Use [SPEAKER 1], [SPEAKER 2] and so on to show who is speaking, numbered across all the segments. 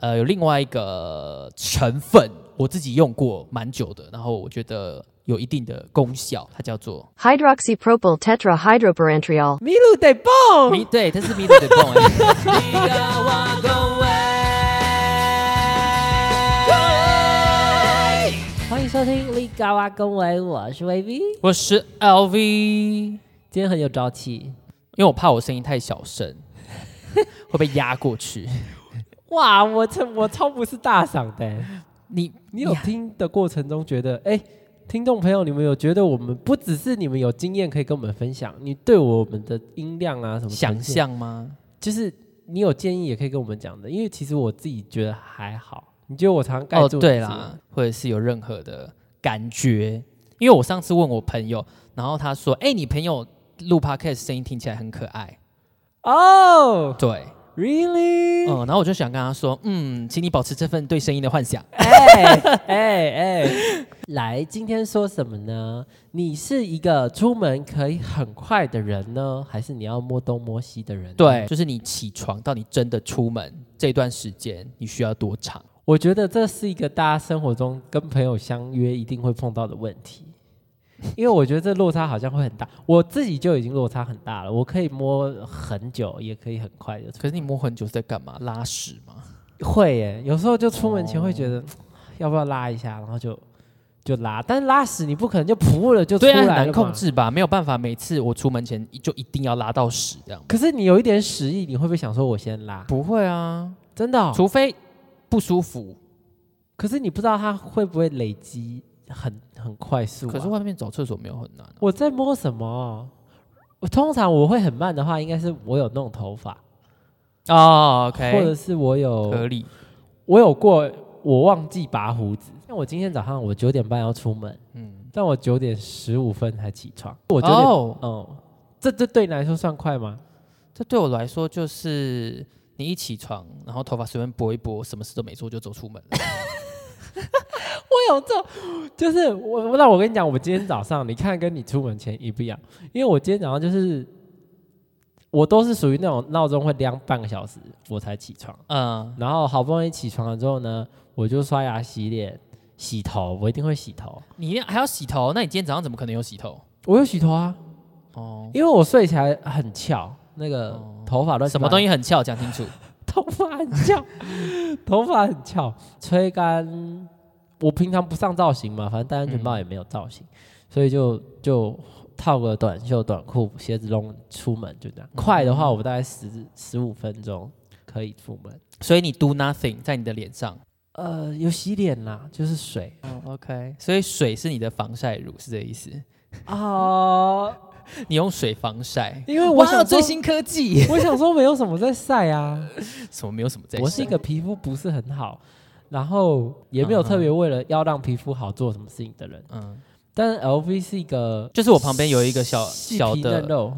[SPEAKER 1] 呃有另外一个成分，我自己用过蛮久的，然后我觉得有一定的功效，它叫做
[SPEAKER 2] Hydroxypropyl tetrahydrobarantriol.
[SPEAKER 3] 麋鹿得
[SPEAKER 1] 迷
[SPEAKER 3] 蹦，
[SPEAKER 1] 对，它是迷的 b o
[SPEAKER 3] 欢迎收听《立高啊恭维》，我是 VV，
[SPEAKER 1] 我是 LV，因
[SPEAKER 3] 今天很有朝气。
[SPEAKER 1] 为我怕我声音太小声 会被压过去。
[SPEAKER 3] 哇，我这我超不是大嗓的欸、
[SPEAKER 1] 你
[SPEAKER 3] 你有听的过程中觉得，哎、听众朋友，你们有觉得我们不只是你们有经验可以跟我们分享，你对我们的音量啊什么
[SPEAKER 1] 想
[SPEAKER 3] 呈现，
[SPEAKER 1] 象吗？
[SPEAKER 3] 就是你有建议也可以跟我们讲的，因为其实我自己觉得还好。你觉得我常盖
[SPEAKER 1] 哦，
[SPEAKER 3] 住、
[SPEAKER 1] 对啦，，或者是有任何的感觉，因为我上次问我朋友，然后他说：“哎、你朋友录 podcast 声音听起来很可爱。
[SPEAKER 3] 哦”、
[SPEAKER 1] 对，
[SPEAKER 3] r e a l l y
[SPEAKER 1] 嗯，然后我就想跟他说：“嗯，请你保持这份对声音的幻想。
[SPEAKER 3] 哎哎哎，来，今天说什么呢？你是一个出门可以很快的人呢，还是你要摸东摸西的人？
[SPEAKER 1] 对，，就是你起床到你真的出门这段时间，你需要多长？
[SPEAKER 3] 我觉得这是一个大家生活中跟朋友相约一定会碰到的问题，因为我觉得这落差好像会很大，我自己就已经落差很大了。我可以摸很久，也可以很快的出，
[SPEAKER 1] 可是你摸很久是在干嘛？拉屎吗？
[SPEAKER 3] 会耶，有时候就出门前会
[SPEAKER 1] 哦
[SPEAKER 3] 觉得、嗯要不要拉一下，然后就。就拉，但是拉屎你不可能就噗了就出
[SPEAKER 1] 对啊，
[SPEAKER 3] 来了
[SPEAKER 1] 很
[SPEAKER 3] 嘛，
[SPEAKER 1] 难控制吧？没有办法，每次我出门前就一定要拉到屎这样。
[SPEAKER 3] 可是你有一点屎意，你会不会想说我先拉？
[SPEAKER 1] 不会啊，
[SPEAKER 3] 真的、哦？
[SPEAKER 1] 除非不舒服。
[SPEAKER 3] 可是你不知道它会不会累积很很快速、啊。
[SPEAKER 1] 可是外面找厕所没有很难啊、
[SPEAKER 3] 我在摸什么？我通常我会很慢的话，应该是我有弄头发，
[SPEAKER 1] 哦，OK，
[SPEAKER 3] 或者是我
[SPEAKER 1] 合
[SPEAKER 3] 有
[SPEAKER 1] 理。
[SPEAKER 3] 我有过我忘记拔胡子。像我今天早上我九点半要出门，
[SPEAKER 1] 嗯，哦
[SPEAKER 3] 但我九点十五分才起床。我
[SPEAKER 1] 我
[SPEAKER 3] 九
[SPEAKER 1] 觉
[SPEAKER 3] 点
[SPEAKER 1] 得、
[SPEAKER 3] 嗯，这这对你来说算快吗？
[SPEAKER 1] 这对我来说就是你一起床，然后头发随便拨一拨，什么事都没做就走出门了。
[SPEAKER 3] 我有做，就是我那我跟你讲，我今天早上你看跟你出门前一不一样，因为我今天早上就是我都是属于那种闹钟会亮半个小时我才起床，
[SPEAKER 1] 嗯，
[SPEAKER 3] 然后好不容易起床了之后呢，我就刷牙、洗脸、洗头，我一定会洗头，
[SPEAKER 1] 你还要洗头，那你今天早上怎么可能有洗头？
[SPEAKER 3] 我有洗头啊，
[SPEAKER 1] 哦，
[SPEAKER 3] 因为我睡起来很翘，那个
[SPEAKER 1] 哦
[SPEAKER 3] 头发乱七
[SPEAKER 1] 什
[SPEAKER 3] 八
[SPEAKER 1] 么东西很翘，讲 清楚。
[SPEAKER 3] 头发很翘， 头发很翘，吹干。我平常不上造型嘛，反正戴安全帽也没有造型，所以就就套个短袖、短裤、鞋子弄出门，就这样。快的话，我大概十十五分钟可以出门。
[SPEAKER 1] 所以你 do nothing 在你的脸上。
[SPEAKER 3] 呃，有洗脸啦，就是水
[SPEAKER 1] 哦，OK，所以水是你的防晒乳，是这个意思？
[SPEAKER 3] 啊、
[SPEAKER 1] 你用水防晒，
[SPEAKER 3] 因为我
[SPEAKER 1] 哇
[SPEAKER 3] 想
[SPEAKER 1] 最
[SPEAKER 3] 说，
[SPEAKER 1] 新科技，
[SPEAKER 3] 我想说没有什么在晒啊。
[SPEAKER 1] 什么没有什么在晒。
[SPEAKER 3] 我是一个皮肤不是很好，然后也没有特别为了要让皮肤好做什么事情的人。
[SPEAKER 1] 嗯，
[SPEAKER 3] 但是 LV 是一个
[SPEAKER 1] 就是我旁边有一个小
[SPEAKER 3] 细
[SPEAKER 1] 小
[SPEAKER 3] 皮嫩
[SPEAKER 1] 的
[SPEAKER 3] 肉，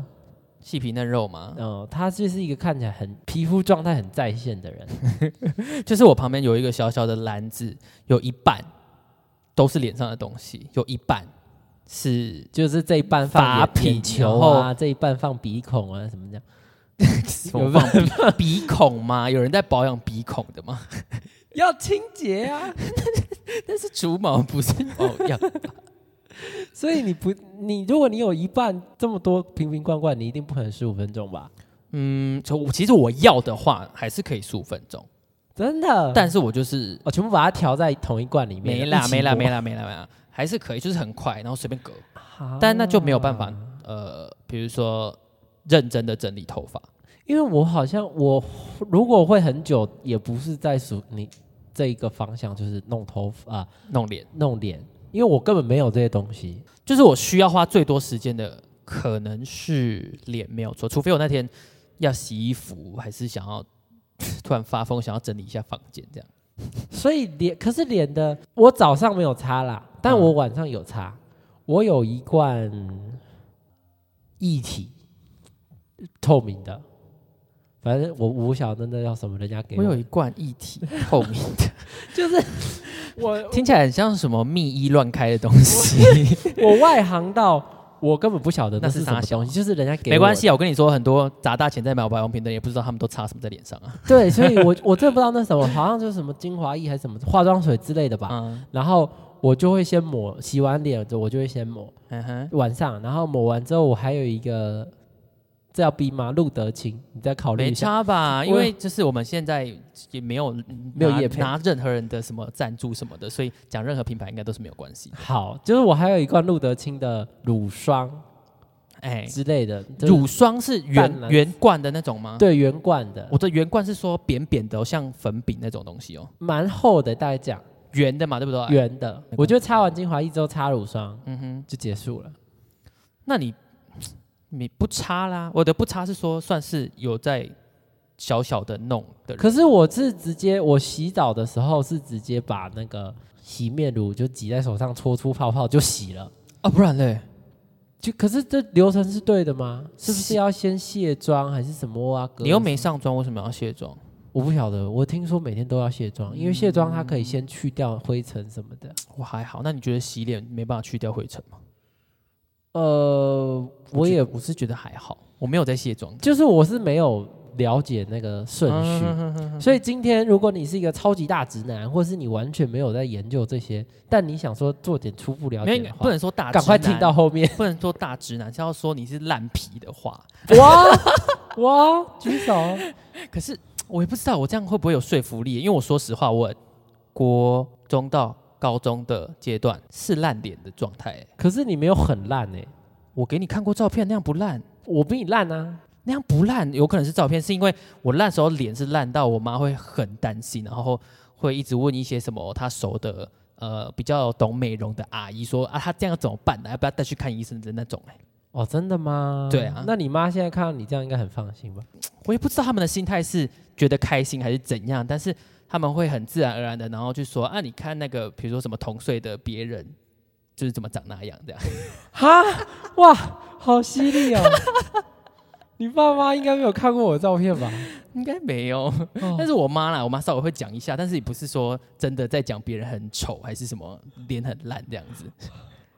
[SPEAKER 1] 细皮嫩肉嘛，
[SPEAKER 3] 嗯、他就是一个看起来很皮肤状态很在线的人，
[SPEAKER 1] 就是我旁边有一个小小的篮子，有一半都是脸上的东西，有一半是
[SPEAKER 3] 就是这一半放
[SPEAKER 1] 发
[SPEAKER 3] 眼
[SPEAKER 1] 皮
[SPEAKER 3] 眼球
[SPEAKER 1] 然
[SPEAKER 3] 啊，这一半放鼻孔啊，什么这样，
[SPEAKER 1] 有放鼻鼻孔吗？有人在保养鼻孔的吗？
[SPEAKER 3] 要清洁啊。
[SPEAKER 1] 但是除毛不是保养，
[SPEAKER 3] 所以你不，你如果你有一半这么多瓶瓶罐罐，你一定不可能十五分钟吧？
[SPEAKER 1] 嗯，就我其实我要的话还是可以十五分钟，
[SPEAKER 3] 真的，哦
[SPEAKER 1] 但是我就是
[SPEAKER 3] 我全部把它调在同一罐里
[SPEAKER 1] 嗯
[SPEAKER 3] 面，
[SPEAKER 1] 没啦没啦没
[SPEAKER 3] 啦，
[SPEAKER 1] 啦没啦没啦，还是可以，就是很快，然后随便隔，
[SPEAKER 3] 啊
[SPEAKER 1] 但那就没有办法，呃，比如说认真的整理头发，
[SPEAKER 3] 因为我好像我如果会很久，也不是在数你这一个方向，就是弄头发、啊
[SPEAKER 1] 弄脸，
[SPEAKER 3] 弄脸，因为我根本没有这些东西。
[SPEAKER 1] 就是我需要花最多时间的可能是脸没有错，除非我那天要洗衣服，还是想要 突然发疯，想要整理一下房间这样。
[SPEAKER 3] 所以脸，可是脸的，我早上没有擦啦，但
[SPEAKER 1] 嗯
[SPEAKER 3] 我晚上有擦。我有一罐液体，透明的，反正我我不晓得那叫什么，人家给
[SPEAKER 1] 我
[SPEAKER 3] 我
[SPEAKER 1] 有一罐液体透明的，
[SPEAKER 3] 就是 我
[SPEAKER 1] 听起来很像什么密衣乱开的东西。
[SPEAKER 3] 我外行到我根本不晓得
[SPEAKER 1] 那
[SPEAKER 3] 是
[SPEAKER 1] 是
[SPEAKER 3] 什么
[SPEAKER 1] 啥小
[SPEAKER 3] 东西，就是人家给
[SPEAKER 1] 没关
[SPEAKER 3] 我
[SPEAKER 1] 系啊，我跟你说，很多砸大钱在买保养品的人也不知道他们都擦什么在脸上啊。
[SPEAKER 3] 的。对，所以我我真的不知道那什么，好像就是什么精华液还是什么化妆水之类的吧。
[SPEAKER 1] 嗯，
[SPEAKER 3] 然后我就会先抹，洗完脸我就会先抹
[SPEAKER 1] 嗯哼，
[SPEAKER 3] 晚上，然后抹完之后我还有一个，这要逼吗？路德清，你再考虑
[SPEAKER 1] 没
[SPEAKER 3] 一下。
[SPEAKER 1] 差吧？
[SPEAKER 3] 我
[SPEAKER 1] 因为就是我们现在也没有没
[SPEAKER 3] 没有业配
[SPEAKER 1] 拿任何人的什么赞助什么的，所以讲任何品牌应该都是没有关系的。
[SPEAKER 3] 好，就是我还有一罐路德清的乳霜
[SPEAKER 1] 哎，
[SPEAKER 3] 之类的，就是
[SPEAKER 1] 乳霜是
[SPEAKER 3] 淡
[SPEAKER 1] 圆
[SPEAKER 3] 蓝
[SPEAKER 1] 圆罐的那种吗？，
[SPEAKER 3] 对圆罐的，
[SPEAKER 1] 我的圆罐是说扁扁的哦、像粉饼那种东西哦，
[SPEAKER 3] 蛮厚的，大概讲
[SPEAKER 1] 圆的嘛，对不对？。
[SPEAKER 3] 圆的。我就擦完精华液之后擦乳霜
[SPEAKER 1] 嗯哼，
[SPEAKER 3] 就结束了。
[SPEAKER 1] 那你你不擦啦？我的不擦是说算是有在小小的弄的人。
[SPEAKER 3] 可是我是直接，我洗澡的时候是直接把那个洗面乳就挤在手上搓出泡泡就洗了。
[SPEAKER 1] 啊，不然嘞？
[SPEAKER 3] 就可是这流程是对的吗？是不是
[SPEAKER 1] 洗
[SPEAKER 3] 要先卸妆还是什么啊？哥
[SPEAKER 1] 你又没上妆，为什么要卸妆？
[SPEAKER 3] 我不晓得，我听说每天都要卸妆，因为卸妆它可以先去掉灰尘什么的。
[SPEAKER 1] 我还好。那你觉得洗脸没办法去掉灰尘吗？
[SPEAKER 3] 呃，我
[SPEAKER 1] 觉
[SPEAKER 3] 也
[SPEAKER 1] 我是觉得还好，我没有在卸妆。
[SPEAKER 3] 就是我是没有了解那个顺序，所以今天如果你是一个超级大直男，或是你完全没有在研究这些，但你想说做点初步了
[SPEAKER 1] 没
[SPEAKER 3] 解
[SPEAKER 1] 有
[SPEAKER 3] 的，话，
[SPEAKER 1] 不能说大直
[SPEAKER 3] 赶
[SPEAKER 1] 男，
[SPEAKER 3] 快听到，后面。
[SPEAKER 1] 不能说大直男，是要说你是烂皮的话。
[SPEAKER 3] 哇哇，举手！
[SPEAKER 1] 可是我也不知道我这样会不会有说服力，因为我说实话，我国中到高中的阶段是烂脸的状态欸、
[SPEAKER 3] 可是你没有很烂哎、
[SPEAKER 1] 我给你看过照片，那样不烂，
[SPEAKER 3] 我比你烂啊。
[SPEAKER 1] 那样不烂，有可能是照片，是因为我烂时候脸是烂到我妈会很担心，然后会一直问一些什么她熟的呃比较懂美容的阿姨说啊，她这样怎么办呢、要不要带去看医生的那种、欸？
[SPEAKER 3] 哦，真的吗？
[SPEAKER 1] 对啊
[SPEAKER 3] 那你妈现在看到你这样，应该很放心吧？
[SPEAKER 1] 我也不知道他们的心态是觉得开心还是怎样，但是他们会很自然而然的，然后就说啊，你看那个比如说什么同岁的别人。就是怎么长那样这样，
[SPEAKER 3] 哈，哇，好犀利哦！ 你爸妈应该没有看过我的照片吧？
[SPEAKER 1] 应该没有。 但
[SPEAKER 3] 哦、
[SPEAKER 1] 是我妈啦，我妈稍微会讲一下，但是也不是说真的在讲别人很丑还是什么脸很烂这样子。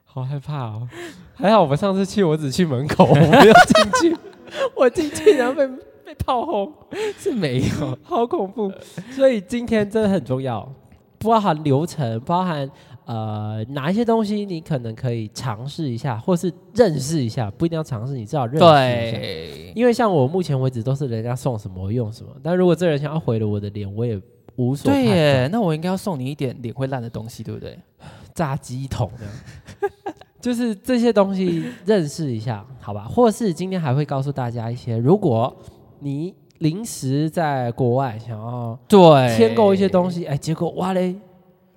[SPEAKER 3] 好害怕哦！还好我上次去，我只去门口，我没有进去， 我进去然后被被炮轰，
[SPEAKER 1] 是没有，
[SPEAKER 3] 好恐怖。
[SPEAKER 1] 呃
[SPEAKER 3] 所以今天真的很重要，包含流程，包含呃哪一些东西你可能可以尝试一下，或是认识一下，不一定要尝试，你至少认识一下。
[SPEAKER 1] 对，
[SPEAKER 3] 因为像我目前为止都是人家送什么我用什么，但如果这人想要毁了我的脸，我也无所
[SPEAKER 1] 对
[SPEAKER 3] 判断
[SPEAKER 1] 耶，那我应该要送你一点脸会烂的东西，对不对？
[SPEAKER 3] 炸鸡桶的，就是这些东西认识一下，好吧？或是今天还会告诉大家一些，如果你临时在国外想要
[SPEAKER 1] 对
[SPEAKER 3] 添购一些东，西，哎，结果哇嘞，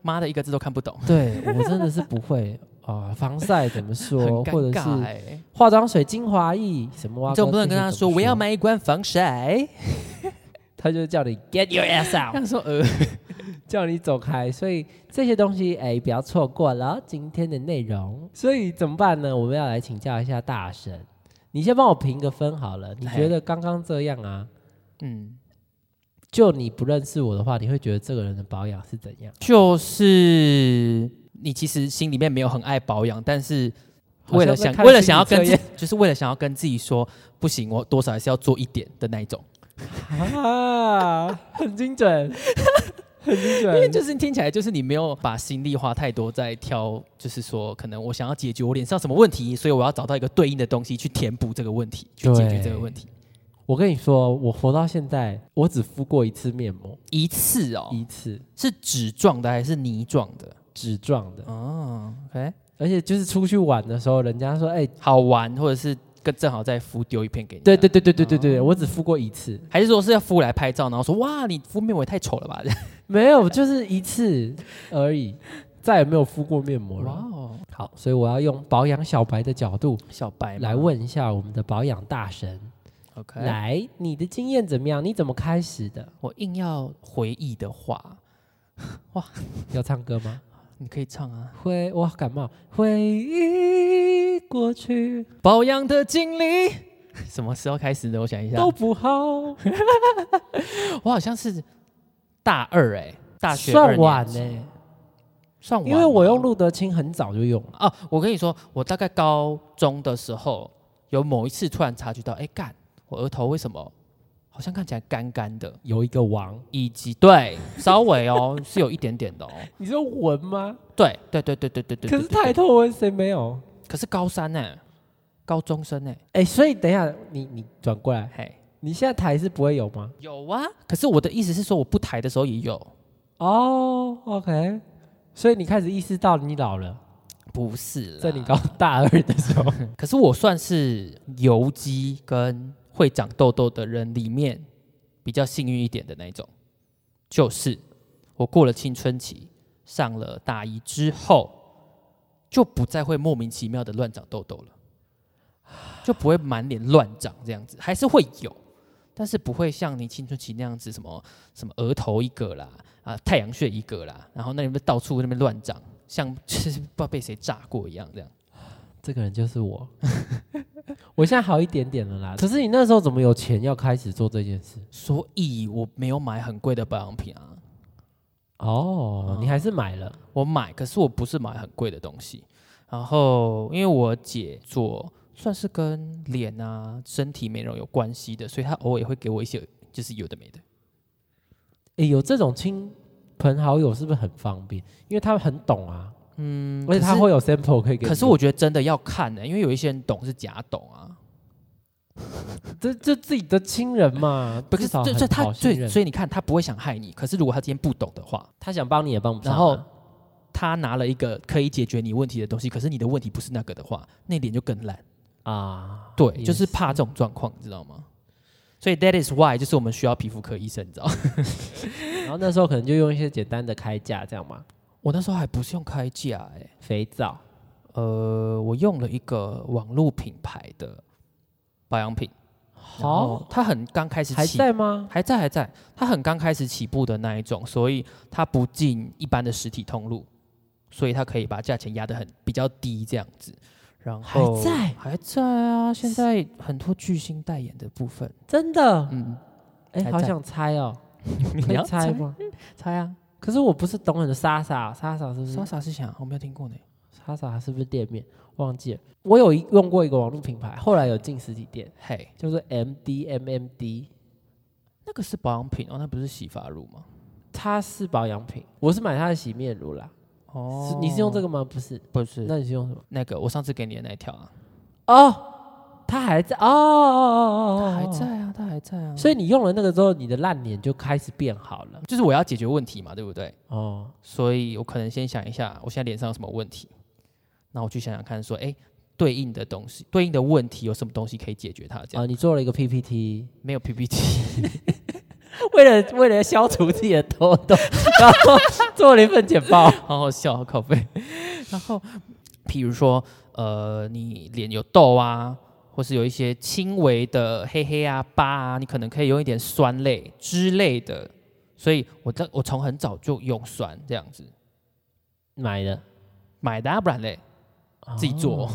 [SPEAKER 1] 妈的一个字都看不懂，
[SPEAKER 3] 对我真的是不会 啊、防晒怎么
[SPEAKER 1] 很
[SPEAKER 3] 说，或
[SPEAKER 1] 尴
[SPEAKER 3] 者
[SPEAKER 1] 尬
[SPEAKER 3] 是
[SPEAKER 1] 哎。
[SPEAKER 3] 化妆水、精华液什么哇，
[SPEAKER 1] 你总不能跟
[SPEAKER 3] 这些
[SPEAKER 1] 他
[SPEAKER 3] 怎
[SPEAKER 1] 说
[SPEAKER 3] 么
[SPEAKER 1] 我要，买一罐防晒，
[SPEAKER 3] 他就叫你 get your ass out
[SPEAKER 1] 他。说呃，
[SPEAKER 3] 叫你走开，所以这些东西哎，不要错过了今天的内容。所以怎么办呢？我们要来请教一下大神，你先帮我评个分好了。你觉得刚刚这样啊，
[SPEAKER 1] 嗯，
[SPEAKER 3] 就你不认识我的话，你会觉得这个人的保养是怎样？
[SPEAKER 1] 就是你其实心里面没有很爱保养，但是。为了想
[SPEAKER 3] 好像在看
[SPEAKER 1] 为了想要跟
[SPEAKER 3] 心
[SPEAKER 1] 自
[SPEAKER 3] 理测
[SPEAKER 1] 己，就是为了想要跟自己说，不行，我多少还是要做一点的那一种。
[SPEAKER 3] 啊，很精准，很精 准，因为
[SPEAKER 1] 就是听起来就是你没有把心力花太多在挑，就是说可能我想要解决我脸上什么问题，所以我要找到一个对应的东西去填补这个问题，去解决这个问题。
[SPEAKER 3] 我跟你说，我活到现在，我只敷过一次面膜，
[SPEAKER 1] 一次哦，
[SPEAKER 3] 一次
[SPEAKER 1] 是纸状的还是泥状的？
[SPEAKER 3] 纸状的，
[SPEAKER 1] 哦，OK，
[SPEAKER 3] 而且就是出去玩的时候，人家说哎。
[SPEAKER 1] 好玩，或者是跟正好在敷丢一片给你。
[SPEAKER 3] 对对，对对对对对
[SPEAKER 1] 哦
[SPEAKER 3] 对，我只敷过一次，
[SPEAKER 1] 还是说是要敷来拍照，然后说哇，你敷面膜也太丑了吧？
[SPEAKER 3] 没有，就是一次而已，再也没有敷过面膜
[SPEAKER 1] 哇
[SPEAKER 3] 了。
[SPEAKER 1] 哦，
[SPEAKER 3] 好，所以我要用保养小白的角度
[SPEAKER 1] 小白吗
[SPEAKER 3] 来问一下我们的保养大神，
[SPEAKER 1] ，OK，
[SPEAKER 3] 来，你的经验怎么样？你怎么开始的？
[SPEAKER 1] 我硬要回忆的话，
[SPEAKER 3] 要唱歌吗？
[SPEAKER 1] 你可以唱啊。
[SPEAKER 3] 回，我感冒，回忆过去
[SPEAKER 1] 保养的经历， 什么时候开始的？我想一下，
[SPEAKER 3] 都不好，
[SPEAKER 1] 我好像是大二哎、大学二
[SPEAKER 3] 算
[SPEAKER 1] 年
[SPEAKER 3] 晚欸
[SPEAKER 1] 级
[SPEAKER 3] 呢，
[SPEAKER 1] 算晚
[SPEAKER 3] 因为我
[SPEAKER 1] 吗
[SPEAKER 3] 用路德清很早就用了，
[SPEAKER 1] 啊，我跟你说，我大概高中的时候，有某一次突然察觉到，哎、干，我额头为什么好像看起来干干的，
[SPEAKER 3] 有一个王，
[SPEAKER 1] 以及对，稍微哦，是有一点点的哦。
[SPEAKER 3] 你说文吗？
[SPEAKER 1] 对，对，对，对，对，对，对。
[SPEAKER 3] 可是
[SPEAKER 1] 对对
[SPEAKER 3] 抬头纹谁没有？
[SPEAKER 1] 可是高三呢、欸高中生呢、
[SPEAKER 3] 哎、所以等一下，你你转过来，
[SPEAKER 1] 嘿，
[SPEAKER 3] 你现在抬是不会有吗？
[SPEAKER 1] 有啊。可是我的意思是说，我不抬的时候也有，
[SPEAKER 3] 哦、o k 所以你开始意识到你老了，
[SPEAKER 1] 不是啦
[SPEAKER 3] 在你高大二的时候，
[SPEAKER 1] 嗯可是我算是油肌跟会长痘痘的人里面比较幸运一点的那一种，就是我过了青春期，上了大一之后，就不再会莫名其妙的乱长痘痘了，就不会满脸乱长这样子，还是会有，但是不会像你青春期那样子什么什么额头一个啦，啊太阳穴一个啦，然后那里面到处那边乱长，像 就是不知道被谁炸过一样这样。
[SPEAKER 3] 这个人就是我。 我现在好一点点了啦。可是你那时候怎么有钱要开始做这件事？
[SPEAKER 1] 所以我没有买很贵的保养品啊，
[SPEAKER 3] 哦，你还是买了。
[SPEAKER 1] 我买，可是我不是买很贵的东西。然后因为我姐做算是跟脸啊、身体美容有关系的，所以她偶尔也会给我一些就是有的没的。
[SPEAKER 3] 哎、有这种亲朋好友是不是很方便？因为他们很懂啊，嗯，而且他
[SPEAKER 1] 可是
[SPEAKER 3] 会有 sample 可以给你。
[SPEAKER 1] 可是我觉得真的要看欸呢、因为有一些人懂是假懂啊，
[SPEAKER 3] 这这自己的亲人嘛，
[SPEAKER 1] 不是
[SPEAKER 3] 至少
[SPEAKER 1] 这
[SPEAKER 3] 很
[SPEAKER 1] 这他
[SPEAKER 3] 好信
[SPEAKER 1] 对，
[SPEAKER 3] 任
[SPEAKER 1] 所以你看他不会想害你，可是如果他今天不懂的话，
[SPEAKER 3] 他想帮你也帮不上
[SPEAKER 1] 然
[SPEAKER 3] 啊。
[SPEAKER 1] 后他拿了一个可以解决你问题的东西，可是你的问题不是那个的话，那脸就更烂。
[SPEAKER 3] 啊，
[SPEAKER 1] 对，
[SPEAKER 3] 也
[SPEAKER 1] 就是怕这种状况，你知道吗？所以 that is why 就是我们需要皮肤科医生，你知道？
[SPEAKER 3] 然后那时候可能就用一些简单的开架这样嘛，
[SPEAKER 1] 我那时候还不是用开架哎、
[SPEAKER 3] 肥皂。
[SPEAKER 1] 呃，我用了一个网络品牌的保养品，然后，它很刚开始
[SPEAKER 3] 还
[SPEAKER 1] 起
[SPEAKER 3] 在吗？
[SPEAKER 1] 还在还在，它很刚开始起步的那一种，所以它不进一般的实体通路，所以它可以把价钱压得很比较低这样子。然后
[SPEAKER 3] 还在
[SPEAKER 1] 还在啊，现在很多巨星代言的部分，
[SPEAKER 3] 真的？
[SPEAKER 1] 嗯，
[SPEAKER 3] 哎、
[SPEAKER 1] 还
[SPEAKER 3] 好
[SPEAKER 1] 在
[SPEAKER 3] 想猜哦，可
[SPEAKER 1] 你
[SPEAKER 3] 以
[SPEAKER 1] 要
[SPEAKER 3] 猜吗？
[SPEAKER 1] 猜啊，
[SPEAKER 3] 可是我不是懂很多莎莎，莎莎是不是
[SPEAKER 1] 莎莎是想，我没有听过呢。
[SPEAKER 3] 莎莎是不是店面？忘记了。我有一用过一个网络品牌，后来有进实体店，
[SPEAKER 1] 嘿，
[SPEAKER 3] 叫做 MDMMD，
[SPEAKER 1] 那个是保养品哦，那不是洗发乳吗？
[SPEAKER 3] 它是保养品，我是买它的洗面乳啦。
[SPEAKER 1] 哦
[SPEAKER 3] 是你是用这个吗？不是，
[SPEAKER 1] 不是那
[SPEAKER 3] 那你是用什么？
[SPEAKER 1] 那个我上次给你的那一条啊，
[SPEAKER 3] 哦，它还在哦哦哦哦哦，
[SPEAKER 1] 它还。在啊，它还在啊。
[SPEAKER 3] 所以你用了那个之后，你的烂脸就开始变好了。
[SPEAKER 1] 就是我要解决问题嘛，对不对？
[SPEAKER 3] 哦，
[SPEAKER 1] 所以我可能先想一下，我现在脸上有什么问题，那我去想想看，说，哎，对应的东西，对应的问题有什么东西可以解决它？这
[SPEAKER 3] 啊，
[SPEAKER 1] 样
[SPEAKER 3] 你做了一 个 PPT，
[SPEAKER 1] 没有 PPT，
[SPEAKER 3] 为了为了消除自己的痘痘， 然后做了一份简报。
[SPEAKER 1] 好好笑，好靠背。 然后，譬如说，呃，你脸有痘啊，或是有一些轻微的黑黑啊、疤啊，你可能可以用一点酸类之类的。所以我在我从很早就用酸这样子
[SPEAKER 3] 买的
[SPEAKER 1] 买的、啊，不然嘞 自己做、
[SPEAKER 3] 哦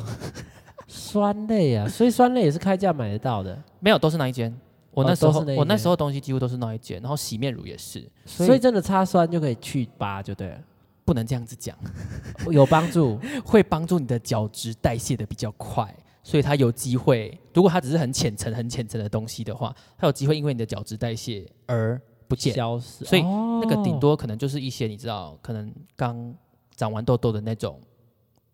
[SPEAKER 3] 酸类啊，所以酸类也是开价买得到的。
[SPEAKER 1] 没有都是那一间。我那
[SPEAKER 3] 哦
[SPEAKER 1] 时候、
[SPEAKER 3] 都是那一间
[SPEAKER 1] 我那时候东西几乎都是那一间，然后洗面乳也是，
[SPEAKER 3] 所
[SPEAKER 1] 所
[SPEAKER 3] 以
[SPEAKER 1] 以
[SPEAKER 3] 真的擦酸就可以去疤，就对 了，
[SPEAKER 1] 不能这样子讲，
[SPEAKER 3] 有帮助。
[SPEAKER 1] 会帮助你的角质代谢的比较快。所以它有机会，如果它只是很浅层、很浅层的东西的话，它有机会因为你的角质代谢而不见。
[SPEAKER 3] 消失，哦
[SPEAKER 1] 所以
[SPEAKER 3] 那
[SPEAKER 1] 那个顶多可能就是一些你知道，可能刚长完痘痘的那种，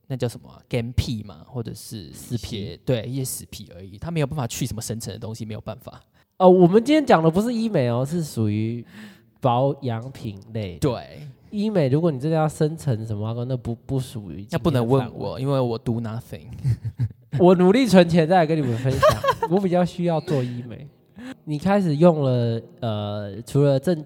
[SPEAKER 1] 那叫什么、啊、干屁嘛，或者是
[SPEAKER 3] 死
[SPEAKER 1] 一些，对，一些死皮而已。它没有办法去什么深层的东西，没有办法。
[SPEAKER 3] 哦，我们今天讲的不是医美哦，是属于保养品类。
[SPEAKER 1] 对，
[SPEAKER 3] 医美，如果你真的要深层什么，那不不属于。
[SPEAKER 1] 那不能问，我，因为我 do nothing。
[SPEAKER 3] 我努力存钱再来跟你们分享。我比较需要做医 美。你开始用了呃，除了正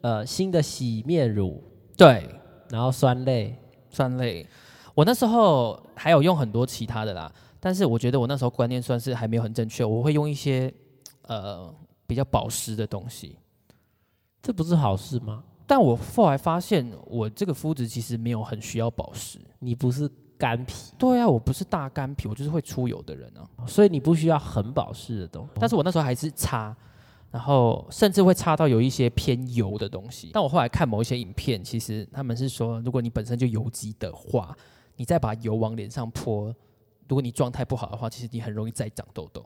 [SPEAKER 3] 呃新的洗面乳，
[SPEAKER 1] 对，
[SPEAKER 3] 然后酸类，
[SPEAKER 1] 算累。我那时候还有用很多其他的啦，但是我觉得我那时候观念算是还没有很正确，我会用一些呃比较保湿的东西。
[SPEAKER 3] 这不是好事吗？
[SPEAKER 1] 但我后来发现，我这个肤质其实没有很需要保湿。
[SPEAKER 3] 你不是干皮，
[SPEAKER 1] 对啊，我不是大干皮，我就是会出油的人啊。
[SPEAKER 3] 所以你不需要很保湿的东西。
[SPEAKER 1] 但是我那时候还是擦，然后甚至会擦到有一些偏油的东西。但我后来看某一些影片，其实他们是说，如果你本身就油肌的话，你再把油往脸上泼，如果你状态不好的话，其实你很容易再长痘痘。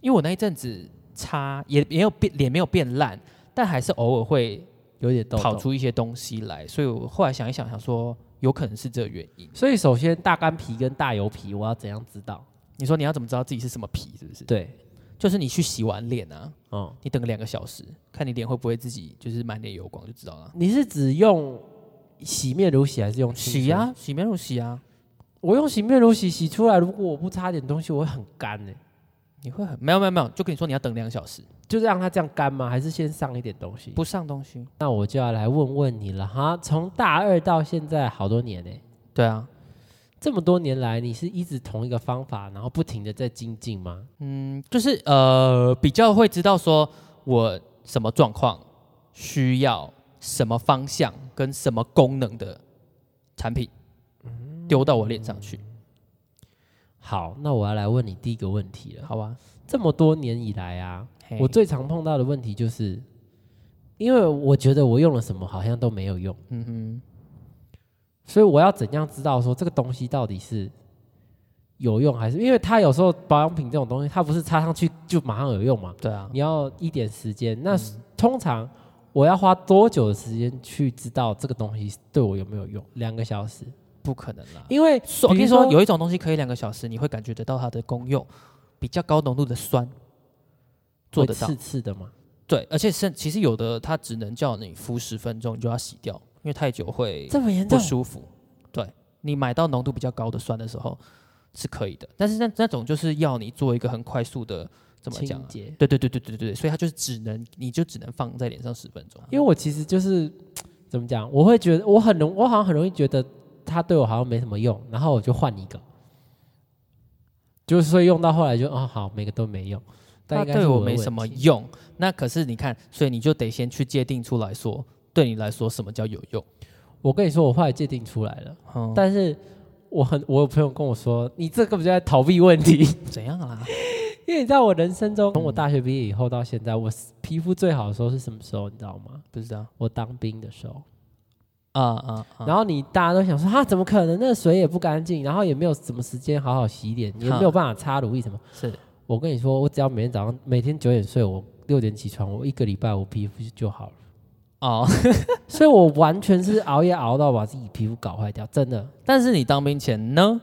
[SPEAKER 1] 因为我那一阵子擦也也有变脸没有变烂，但还是偶尔会
[SPEAKER 3] 有点痘
[SPEAKER 1] 跑
[SPEAKER 3] 痘。
[SPEAKER 1] 出一些东西来，所以我后来想一想，想说有可能是这个原因。
[SPEAKER 3] 所以首先大干皮跟大油皮，我要怎样知道？
[SPEAKER 1] 你说你要怎么知道自己是什么皮？是不是？
[SPEAKER 3] 对，
[SPEAKER 1] 就是你去洗完脸啊，
[SPEAKER 3] 嗯，
[SPEAKER 1] 你等个两个小时，看你脸会不会自己就是满脸油光就知道了。
[SPEAKER 3] 你是只用洗面乳洗还是用清水
[SPEAKER 1] 洗？啊，洗面乳洗啊，
[SPEAKER 3] 我用洗面乳洗，洗出来如果我不擦点东西，我会很干哎、
[SPEAKER 1] 你会很没有没有没有，就跟你说你要等两个小时，
[SPEAKER 3] 就是让它这样干吗？还是先上一点东西？
[SPEAKER 1] 不上东西。
[SPEAKER 3] 那我就要来问问你了哈，从大二到现在好多年呢、欸
[SPEAKER 1] 对啊，
[SPEAKER 3] 这么多年来，你是一直同一个方法，然后不停的在精进吗？
[SPEAKER 1] 嗯，就是呃比较会知道说我什么状况需要什么方向跟什么功能的产品丢到我脸上去，
[SPEAKER 3] 好，那我要来问你第一个问题了。
[SPEAKER 1] 好吧？
[SPEAKER 3] 这么多年以来啊，
[SPEAKER 1] 嘿
[SPEAKER 3] 我最常碰到的问题就是，因为我觉得我用了什么好像都没有用，
[SPEAKER 1] 嗯哼，
[SPEAKER 3] 所以我要怎样知道说这个东西到底是有用还是？因为它有时候保养品这种东西，它不是插上去就马上有用嘛，
[SPEAKER 1] 对啊，
[SPEAKER 3] 你要一点时间。那
[SPEAKER 1] 嗯
[SPEAKER 3] 通常我要花多久的时间去知道这个东西对我有没有用？两个小时，
[SPEAKER 1] 不可能啦。
[SPEAKER 3] 因为
[SPEAKER 1] 说我跟
[SPEAKER 3] 比
[SPEAKER 1] 你
[SPEAKER 3] 如
[SPEAKER 1] 说，有一种东西可以两个小时，你会感觉得到它的功用，比较高浓度的酸做得到
[SPEAKER 3] 会。刺刺的嘛。
[SPEAKER 1] 对，而且是其实有的它只能叫你敷十分钟，你就要洗掉，因为太久会
[SPEAKER 3] 这么严
[SPEAKER 1] 不
[SPEAKER 3] 重？
[SPEAKER 1] 舒服。对，你买到浓度比较高的酸的时候是可以的，但是那那种就是要你做一个很快速的怎么讲、
[SPEAKER 3] 清
[SPEAKER 1] 啊？
[SPEAKER 3] 洁。
[SPEAKER 1] 对对对对对对对，所以它就是只能，你就只能放在脸上十分钟。啊
[SPEAKER 3] 因为我其实就是怎么讲，我会觉得我很容，我好像很容易觉得它对我好像没什么用，然后我就换一个，就是所以用到后来就哦好，每个都没用。但
[SPEAKER 1] 它
[SPEAKER 3] 应该是
[SPEAKER 1] 对我
[SPEAKER 3] 的
[SPEAKER 1] 没
[SPEAKER 3] 问
[SPEAKER 1] 什么
[SPEAKER 3] 题
[SPEAKER 1] 用，那可是你看，所以你就得先去界定出来说，对你来说什么叫有用。
[SPEAKER 3] 我跟你说，我后来界定出来了，
[SPEAKER 1] 嗯，
[SPEAKER 3] 但是我很我有朋友跟我说，你这个不就在逃避问题？
[SPEAKER 1] 怎样啦？
[SPEAKER 3] 因为你知道我人生中从我大学毕业以后到现在，我皮肤最好的时候是什么时候？你知道吗？
[SPEAKER 1] 不知道
[SPEAKER 3] 我当兵的时候。
[SPEAKER 1] 啊啊啊！
[SPEAKER 3] 然后你大家都想说，哈，怎么可能？那水也不干净，然后也没有什么时间好好洗脸，也
[SPEAKER 1] 哈
[SPEAKER 3] 没有办法擦乳液什么。
[SPEAKER 1] 是
[SPEAKER 3] 我跟你说，我只要每天早上每天九点睡，我六点起床，我一个礼拜我皮肤就好了。
[SPEAKER 1] 哦，
[SPEAKER 3] 所以我完全是熬夜熬到把自己皮肤搞坏掉，真的。
[SPEAKER 1] 但是你当兵前呢？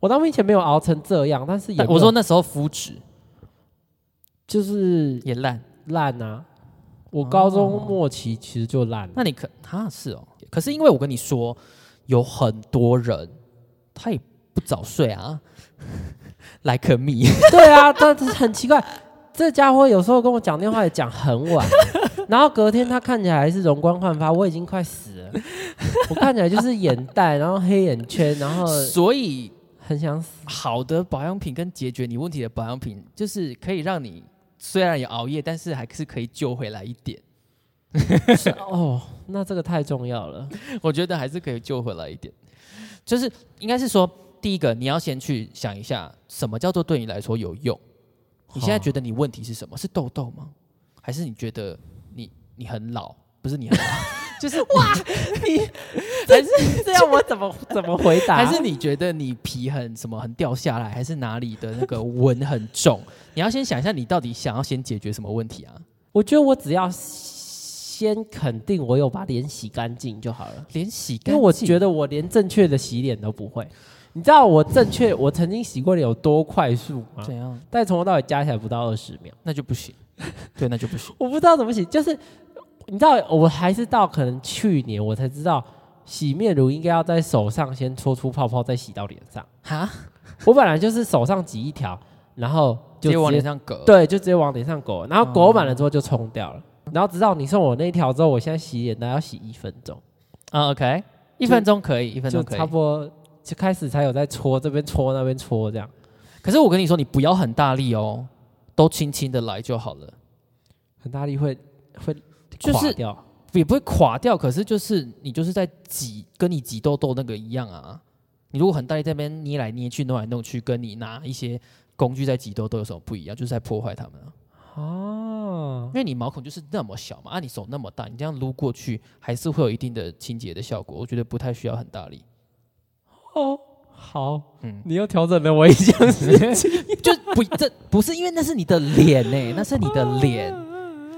[SPEAKER 3] 我当兵前没有熬成这样，但是也
[SPEAKER 1] 但
[SPEAKER 3] 没有
[SPEAKER 1] 我说那时候肤质
[SPEAKER 3] 就是
[SPEAKER 1] 也烂，
[SPEAKER 3] 烂啊。我高
[SPEAKER 1] 哦
[SPEAKER 3] 中末期其实就烂了，
[SPEAKER 1] 那你可啊是哦，可是因为我跟你说，有很多人他也不早睡啊 ，like me，
[SPEAKER 3] 对啊，但是很奇怪，这家伙有时候跟我讲电话也讲很 晚，然后隔天他看起来还是容光焕发，我已经快死 了。我看起来就是眼袋，然后黑眼圈，然后
[SPEAKER 1] 所以
[SPEAKER 3] 很想死。
[SPEAKER 1] 好的保养品跟解决你问题的保养品，就是可以让你虽然也熬夜，但是还是可以救回来一点。
[SPEAKER 3] 是哦，那这个太重要了。
[SPEAKER 1] 我觉得还是可以救回来一点。就是应该是说，第一个你要先去想一下，什么叫做对你来说有用？你现在觉得你问题是什么？是痘痘吗？还是你觉得你你很老？不是你很老， 就是哇，
[SPEAKER 3] 还是 这样，我怎么怎么回答？
[SPEAKER 1] 还是你觉得你皮很什么很掉下来，还是哪里的那个纹很重？你要先想一下，你到底想要先解决什么问题啊？
[SPEAKER 3] 我觉得我只要先肯定我有把脸洗干净就好了。
[SPEAKER 1] 连洗干净，
[SPEAKER 3] 因为我觉得我连正确的洗脸都不会，你知道我正确我曾经洗过脸有多快速吗？
[SPEAKER 1] 怎样，
[SPEAKER 3] 但从头到尾加起来不到二十秒，
[SPEAKER 1] 那就不行，对，那就不行。
[SPEAKER 3] 我不知道怎么洗，就是你知道，我还是到可能去年我才知道，洗面乳应该要在手上先搓出泡泡，再洗到脸上。
[SPEAKER 1] 哈，
[SPEAKER 3] 我本来就是手上挤一条，然后
[SPEAKER 1] 直
[SPEAKER 3] 就
[SPEAKER 1] 接往
[SPEAKER 3] 直
[SPEAKER 1] 脸
[SPEAKER 3] 接
[SPEAKER 1] 上搁。
[SPEAKER 3] 对，就直接往脸上裹，然后裹满了之后就冲掉了。嗯然后直到你送我那一条之后，我现在洗脸大概要洗一分钟，
[SPEAKER 1] 啊，OK，一分钟可以，一分
[SPEAKER 3] 就
[SPEAKER 1] 钟可以
[SPEAKER 3] 差，不多就开始才有在搓这边搓那边搓这样。
[SPEAKER 1] 可是我跟你说，你不要很大力哦，都轻轻的来就好了，
[SPEAKER 3] 很大力会会
[SPEAKER 1] 就是
[SPEAKER 3] 垮掉，
[SPEAKER 1] 也不会垮掉。可是就是你就是在挤，跟你挤痘痘那个一样啊。你如果很大力在那边捏来捏去、弄来弄去，跟你拿一些工具在挤痘痘有什么不一样？就是在破坏它们啊。
[SPEAKER 3] 啊哦
[SPEAKER 1] 因，为你毛孔就是那么小嘛，啊，你手那么大，你这样撸过去还是会有一定的清洁的效果，我觉得不太需要很大力，
[SPEAKER 3] 哦，好，
[SPEAKER 1] 嗯
[SPEAKER 3] 你又调整了我一项事情，
[SPEAKER 1] 就不这不是因为那是你的脸呢、那是你的脸，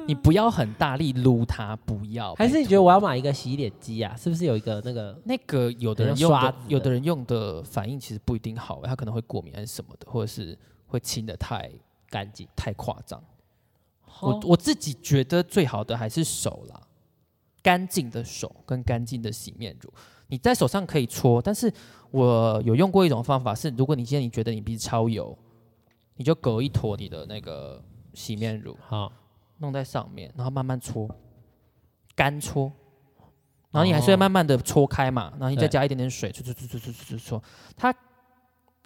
[SPEAKER 1] 你不要很大力撸它，不要，
[SPEAKER 3] 还是你
[SPEAKER 1] 拜
[SPEAKER 3] 觉得
[SPEAKER 1] 托
[SPEAKER 3] 我要买一个洗脸机啊？是不是有一个那个？
[SPEAKER 1] 那个有的人
[SPEAKER 3] 很像
[SPEAKER 1] 用
[SPEAKER 3] 刷
[SPEAKER 1] 的
[SPEAKER 3] 子，
[SPEAKER 1] 有
[SPEAKER 3] 的
[SPEAKER 1] 的人用的反应其实不一定好、欸他可能会过敏还是什么的，或者是会清的太干净、太夸张。我我自己觉得最好的还是手啦，干净的手跟干净的洗面乳。你在手上可以搓，但是我有用过一种方法是，如果你今天你觉得你鼻子超油，你就隔一坨你的那个洗面乳，
[SPEAKER 3] 好，
[SPEAKER 1] 弄在上面，然后慢慢搓，干搓，然后你还是会慢慢的搓开嘛，然后你再
[SPEAKER 3] 哦对
[SPEAKER 1] 加一点点水，搓搓搓搓搓搓搓搓。它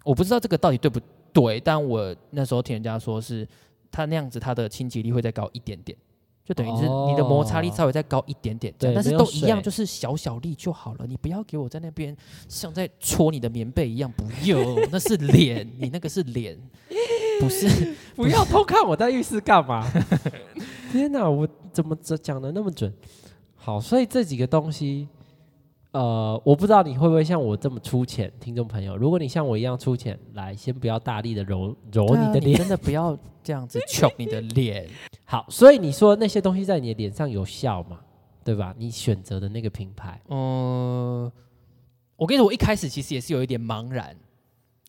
[SPEAKER 1] 我不知道这个到底对不对，但我那时候听人家说是它那样子，它的清洁力会再高一点点，就等于是你的摩擦力
[SPEAKER 3] 哦
[SPEAKER 1] 稍微再高一点点这
[SPEAKER 3] 对
[SPEAKER 1] 样，但是
[SPEAKER 3] 没有
[SPEAKER 1] 都一样，
[SPEAKER 3] 水
[SPEAKER 1] 就是小小力就好了，你不要给我在那边像在搓你的棉被一样，不用，那是脸，你那个是脸，不是。
[SPEAKER 3] 不要偷看我在浴室干嘛？ 天哪，我怎么这讲的那么准？好，所以这几个东西，呃，我不知道你会不会像我这么粗浅，听众朋友，如果你像我一样粗浅，来，先不要大力的揉揉
[SPEAKER 1] 对
[SPEAKER 3] 你
[SPEAKER 1] 啊
[SPEAKER 3] 的脸。
[SPEAKER 1] 真的不要这样子 choke 你的脸。
[SPEAKER 3] 好，所以你说那些东西在你的脸上有效嘛？对吧？你选择的那个品牌，
[SPEAKER 1] 嗯，我跟你说，我一开始其实也是有一点茫然。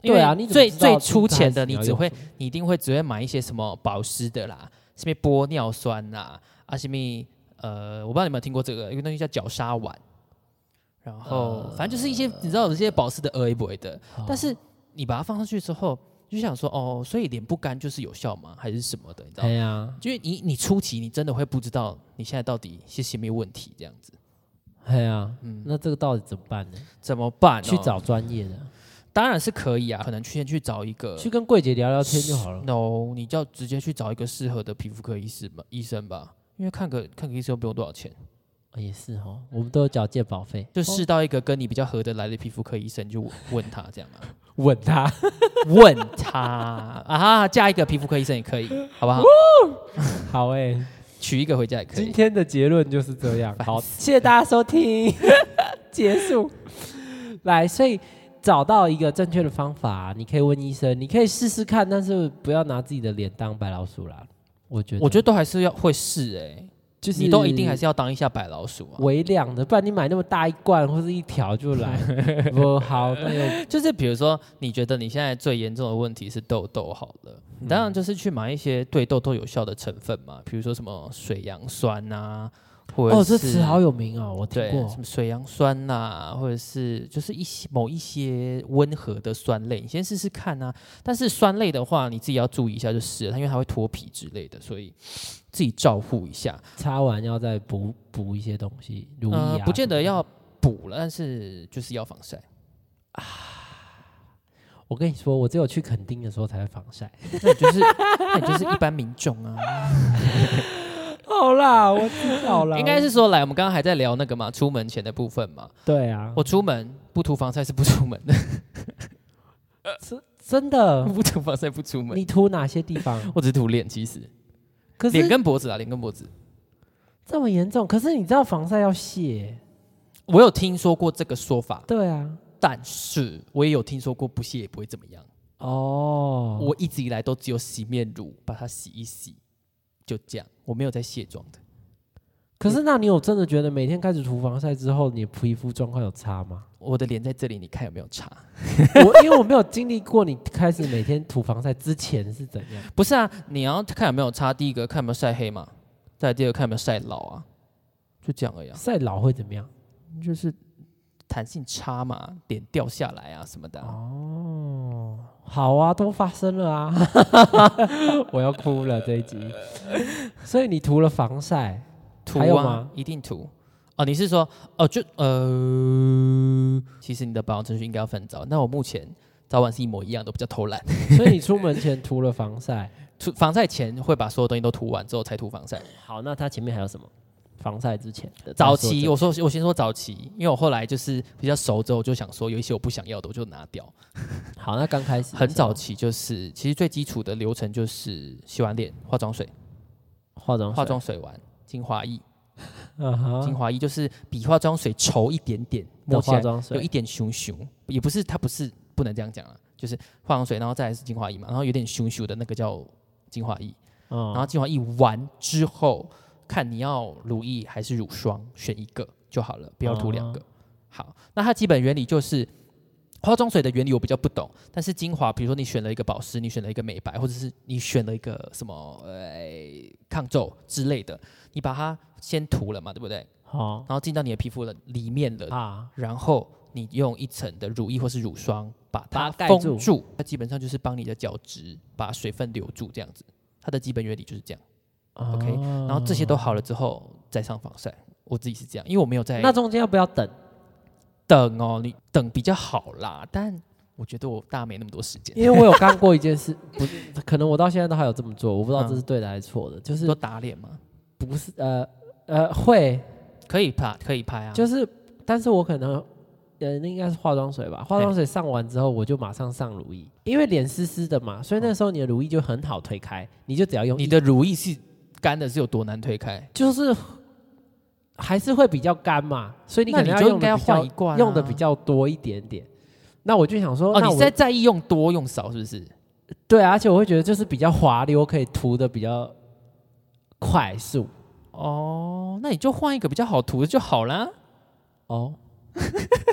[SPEAKER 1] 因
[SPEAKER 3] 对啊，
[SPEAKER 1] 为
[SPEAKER 3] 你怎么
[SPEAKER 1] 最
[SPEAKER 3] 知道
[SPEAKER 1] 最
[SPEAKER 3] 这
[SPEAKER 1] 粗
[SPEAKER 3] 个牌
[SPEAKER 1] 浅
[SPEAKER 3] 子
[SPEAKER 1] 的，
[SPEAKER 3] 你
[SPEAKER 1] 你
[SPEAKER 3] 要
[SPEAKER 1] 只
[SPEAKER 3] 用
[SPEAKER 1] 会
[SPEAKER 3] 什么
[SPEAKER 1] 你一定会只会买一些什么保湿的啦，什么玻尿酸啦，啊什么呃，我不知道你有没有听过这个，有个东西叫角鲨烷，然后、
[SPEAKER 3] 呃
[SPEAKER 1] 反正就是一些你知道有些保湿的呃一不的，但是你把它放上去之后，就想说哦，所以脸不干就是有效吗？还是什么的？你知道
[SPEAKER 3] 哎
[SPEAKER 1] 吗？
[SPEAKER 3] 呀，
[SPEAKER 1] 就是你你初期你真的会不知道你现在到底是什么问题，这样子
[SPEAKER 3] 哎呀，那这个到底怎么办呢？
[SPEAKER 1] 怎么办、
[SPEAKER 3] 去，找专业的，
[SPEAKER 1] 当然是可以啊，可能去先去找一个
[SPEAKER 3] 去跟柜姐聊聊天就好了。
[SPEAKER 1] no，你就要直接去找一个适合的皮肤科医师吧，医生吧，因为看个看个医生又不用多少钱，
[SPEAKER 3] 哦也是哦，我们都有缴健保费，哦
[SPEAKER 1] 就试到一个跟你比较合得来的皮肤科医生，就问问他这样 啊，
[SPEAKER 3] 吻他。
[SPEAKER 1] 问他 啊，嫁一个皮肤科医生也可以，好 不好？
[SPEAKER 3] 好哎、
[SPEAKER 1] 娶一个回家也可
[SPEAKER 3] 今
[SPEAKER 1] 以。
[SPEAKER 3] 天的结论就是这样。好，谢谢大家收听， 结束。来，所以找到一个正确的方法，你可以问医生，你可以试试看，但是不要拿自己的脸当白老鼠啦。我觉得，
[SPEAKER 1] 我觉
[SPEAKER 3] 得
[SPEAKER 1] 得都还是要会试哎、
[SPEAKER 3] 就是
[SPEAKER 1] 你都一定还是要当一下白老鼠啊。
[SPEAKER 3] 微量的，不然你买那么大一罐或是一条就来 不好。那个
[SPEAKER 1] 就是比如说，你觉得你现在最严重的问题是痘痘好了，你
[SPEAKER 3] 嗯
[SPEAKER 1] 当然就是去买一些对痘痘有效的成分嘛，比如说什么水杨酸呐、或者
[SPEAKER 3] 哦，
[SPEAKER 1] 是
[SPEAKER 3] 这词好有名哦，我听
[SPEAKER 1] 对
[SPEAKER 3] 过
[SPEAKER 1] 什。么水杨酸呐、或者是就是一些某一些温和的酸类，你先试试看啊。但是酸类的话，你自己要注意一下就是了，它因为它会脱皮之类的，所以自己照护一下。
[SPEAKER 3] 擦完要再补补一些东西，乳液啊什
[SPEAKER 1] 呃
[SPEAKER 3] 么的、，
[SPEAKER 1] 不见得要补了，但是就是要防晒。
[SPEAKER 3] 我跟你说，我只有去垦丁的时候才会防 晒。
[SPEAKER 1] 那你就是那你就是一般民众啊。
[SPEAKER 3] 好啦，我知道啦
[SPEAKER 1] 应该是说，来，我们刚刚还在聊那个嘛，出门前的部分嘛。
[SPEAKER 3] 对啊，
[SPEAKER 1] 我出门不涂防晒是不出门的，
[SPEAKER 3] 真的，
[SPEAKER 1] 不涂防晒不出门。
[SPEAKER 3] 嗯你涂哪些地方？
[SPEAKER 1] 我只涂脸，其实
[SPEAKER 3] 可
[SPEAKER 1] 脸
[SPEAKER 3] 是
[SPEAKER 1] 跟脖子啊，脸跟脖子。
[SPEAKER 3] 这么严重，可是你知道防晒要卸，
[SPEAKER 1] 我有听说过这个说法，
[SPEAKER 3] 对啊，
[SPEAKER 1] 但是我也有听说过不卸也不会怎么样。
[SPEAKER 3] 哦，
[SPEAKER 1] 我一直以来都只有洗面乳，把它洗一洗，就这样，我没有在卸妆的。
[SPEAKER 3] 可是那你有真的觉得每天开始涂防晒之后，你的皮肤状况有差 吗？
[SPEAKER 1] 我的脸在这里，你看有没有差？
[SPEAKER 3] 我因为我没有经历过你开始每天涂防晒之前是怎 样，
[SPEAKER 1] 不是啊，你要看有没有差。第一个看有没有晒黑嘛，再来第二个看有没有晒老啊，就这样而已、啊。
[SPEAKER 3] 晒老会怎么样？
[SPEAKER 1] 就是弹性差嘛，点掉下来啊什么的啊、
[SPEAKER 3] 哦好啊，都发生了啊！ 我要哭了这一集。所以你涂了防晒，
[SPEAKER 1] 涂
[SPEAKER 3] 还有
[SPEAKER 1] 啊
[SPEAKER 3] 吗，
[SPEAKER 1] 一定涂。哦，你是说哦，就呃，其实你的保养程序应该要分早。那我目前早晚是一模一样的，我比较偷懒。
[SPEAKER 3] 所以你出门前涂了防晒。
[SPEAKER 1] 涂防晒前会把所有东西都涂完之后才涂防晒。
[SPEAKER 3] 好，那它前面还有什么？防晒之前的
[SPEAKER 1] 早期
[SPEAKER 3] 我
[SPEAKER 1] 我说我先说早期，因为我后来就是比较熟之后，我就想说有一些我不想要的我就拿掉。
[SPEAKER 3] 好，那刚开始的
[SPEAKER 1] 很
[SPEAKER 3] 时候
[SPEAKER 1] 早期就是其实最基础的流程就是洗完脸、化妆水，
[SPEAKER 3] 化妆水
[SPEAKER 1] 化妆水丸、精华液。
[SPEAKER 3] 嗯
[SPEAKER 1] 精
[SPEAKER 3] 哼
[SPEAKER 1] 华液就是比化妆水稠一点点，摸
[SPEAKER 3] 的
[SPEAKER 1] 起来
[SPEAKER 3] 化妆
[SPEAKER 1] 有
[SPEAKER 3] 水
[SPEAKER 1] 一点熊熊，也不是它不是不能这样讲啊，就是化妆水，然后再来是精华液嘛，然后有点熊熊的那个叫精华液，
[SPEAKER 3] 嗯，
[SPEAKER 1] 然后精华液完之后，看你要乳液还是乳霜，选一个就好了，不要涂
[SPEAKER 3] 哦
[SPEAKER 1] 两个。好，那它基本原理就是化妆水的原理我比较不懂，但是精华，比如说你选了一个保湿，你选了一个美白，或者是你选了一个什么呃抗皱之类的，你把它先涂了嘛，对不对？
[SPEAKER 3] 好
[SPEAKER 1] 然后进到你的皮肤了里面了，
[SPEAKER 3] 啊，
[SPEAKER 1] 然后你用一层的乳液或是乳霜把它
[SPEAKER 3] 把它盖
[SPEAKER 1] 封
[SPEAKER 3] 住
[SPEAKER 1] 住，它基本上就是帮你的角质把水分留住这样子，它的基本原理就是这样。OK，然
[SPEAKER 3] 啊哦
[SPEAKER 1] 后这些都好了之后再上防晒，我自己是这样，因为我没有在
[SPEAKER 3] 那中间要不要 等？
[SPEAKER 1] 等哦，你等比较好啦，但我觉得我大没那么多时间，
[SPEAKER 3] 因为我有干过一件事，不是，可能我到现在都还有这么做，我不知道这是对的还是错的，就是
[SPEAKER 1] 都打脸嘛，
[SPEAKER 3] 不是呃呃会，
[SPEAKER 1] 可以拍可以拍啊，
[SPEAKER 3] 就是但是我可能呃那应该是化妆水吧，化妆水上完之后我就马上上乳液，因为脸湿湿的嘛，所以那时候你的乳液就很好推开，你就只要用
[SPEAKER 1] 哦你
[SPEAKER 3] 一
[SPEAKER 1] 的乳液是干的是有多难推开？
[SPEAKER 3] 就是还是会比较干嘛，所以你
[SPEAKER 1] 那
[SPEAKER 3] 可
[SPEAKER 1] 你
[SPEAKER 3] 能
[SPEAKER 1] 就
[SPEAKER 3] 要
[SPEAKER 1] 应
[SPEAKER 3] 用
[SPEAKER 1] 该
[SPEAKER 3] 的
[SPEAKER 1] 要
[SPEAKER 3] 比较
[SPEAKER 1] 换一罐啊
[SPEAKER 3] 用的比较多一点点。那我就想说，
[SPEAKER 1] 哦，
[SPEAKER 3] 那
[SPEAKER 1] 你
[SPEAKER 3] 我
[SPEAKER 1] 是在在意用多用少是不是？
[SPEAKER 3] 对啊，而且我会觉得就是比较滑溜，可以涂的比较快速
[SPEAKER 1] 哦，那你就换一个比较好涂的就好啦。
[SPEAKER 3] 哦。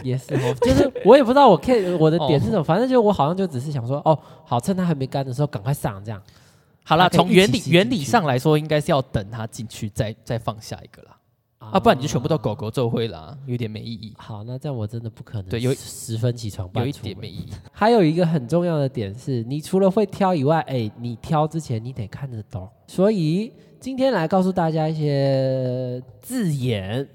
[SPEAKER 3] 也是哦，就是我也不知道我 K 我的
[SPEAKER 1] 哦
[SPEAKER 3] 点是什么，反正就我好像就只是想说，哦，好，趁它还没干的时候赶快上这样。
[SPEAKER 1] 好啦，
[SPEAKER 3] 它可以
[SPEAKER 1] 从原
[SPEAKER 3] 一
[SPEAKER 1] 理
[SPEAKER 3] 起进去
[SPEAKER 1] 原理上来说，应该是要等它进去再再放下一个啦，啊，不然你就全部都狗狗皱灰啦，有点没意义，
[SPEAKER 3] 好，那这样我真的不可能
[SPEAKER 1] 对有一
[SPEAKER 3] 十分起床
[SPEAKER 1] 有
[SPEAKER 3] 半
[SPEAKER 1] 一
[SPEAKER 3] 出
[SPEAKER 1] 点
[SPEAKER 3] 门
[SPEAKER 1] 没意义。
[SPEAKER 3] 还有一个很重要的点是，你除了会挑以外，哎，你挑之前你得看得懂。所以今天来告诉大家一些字眼，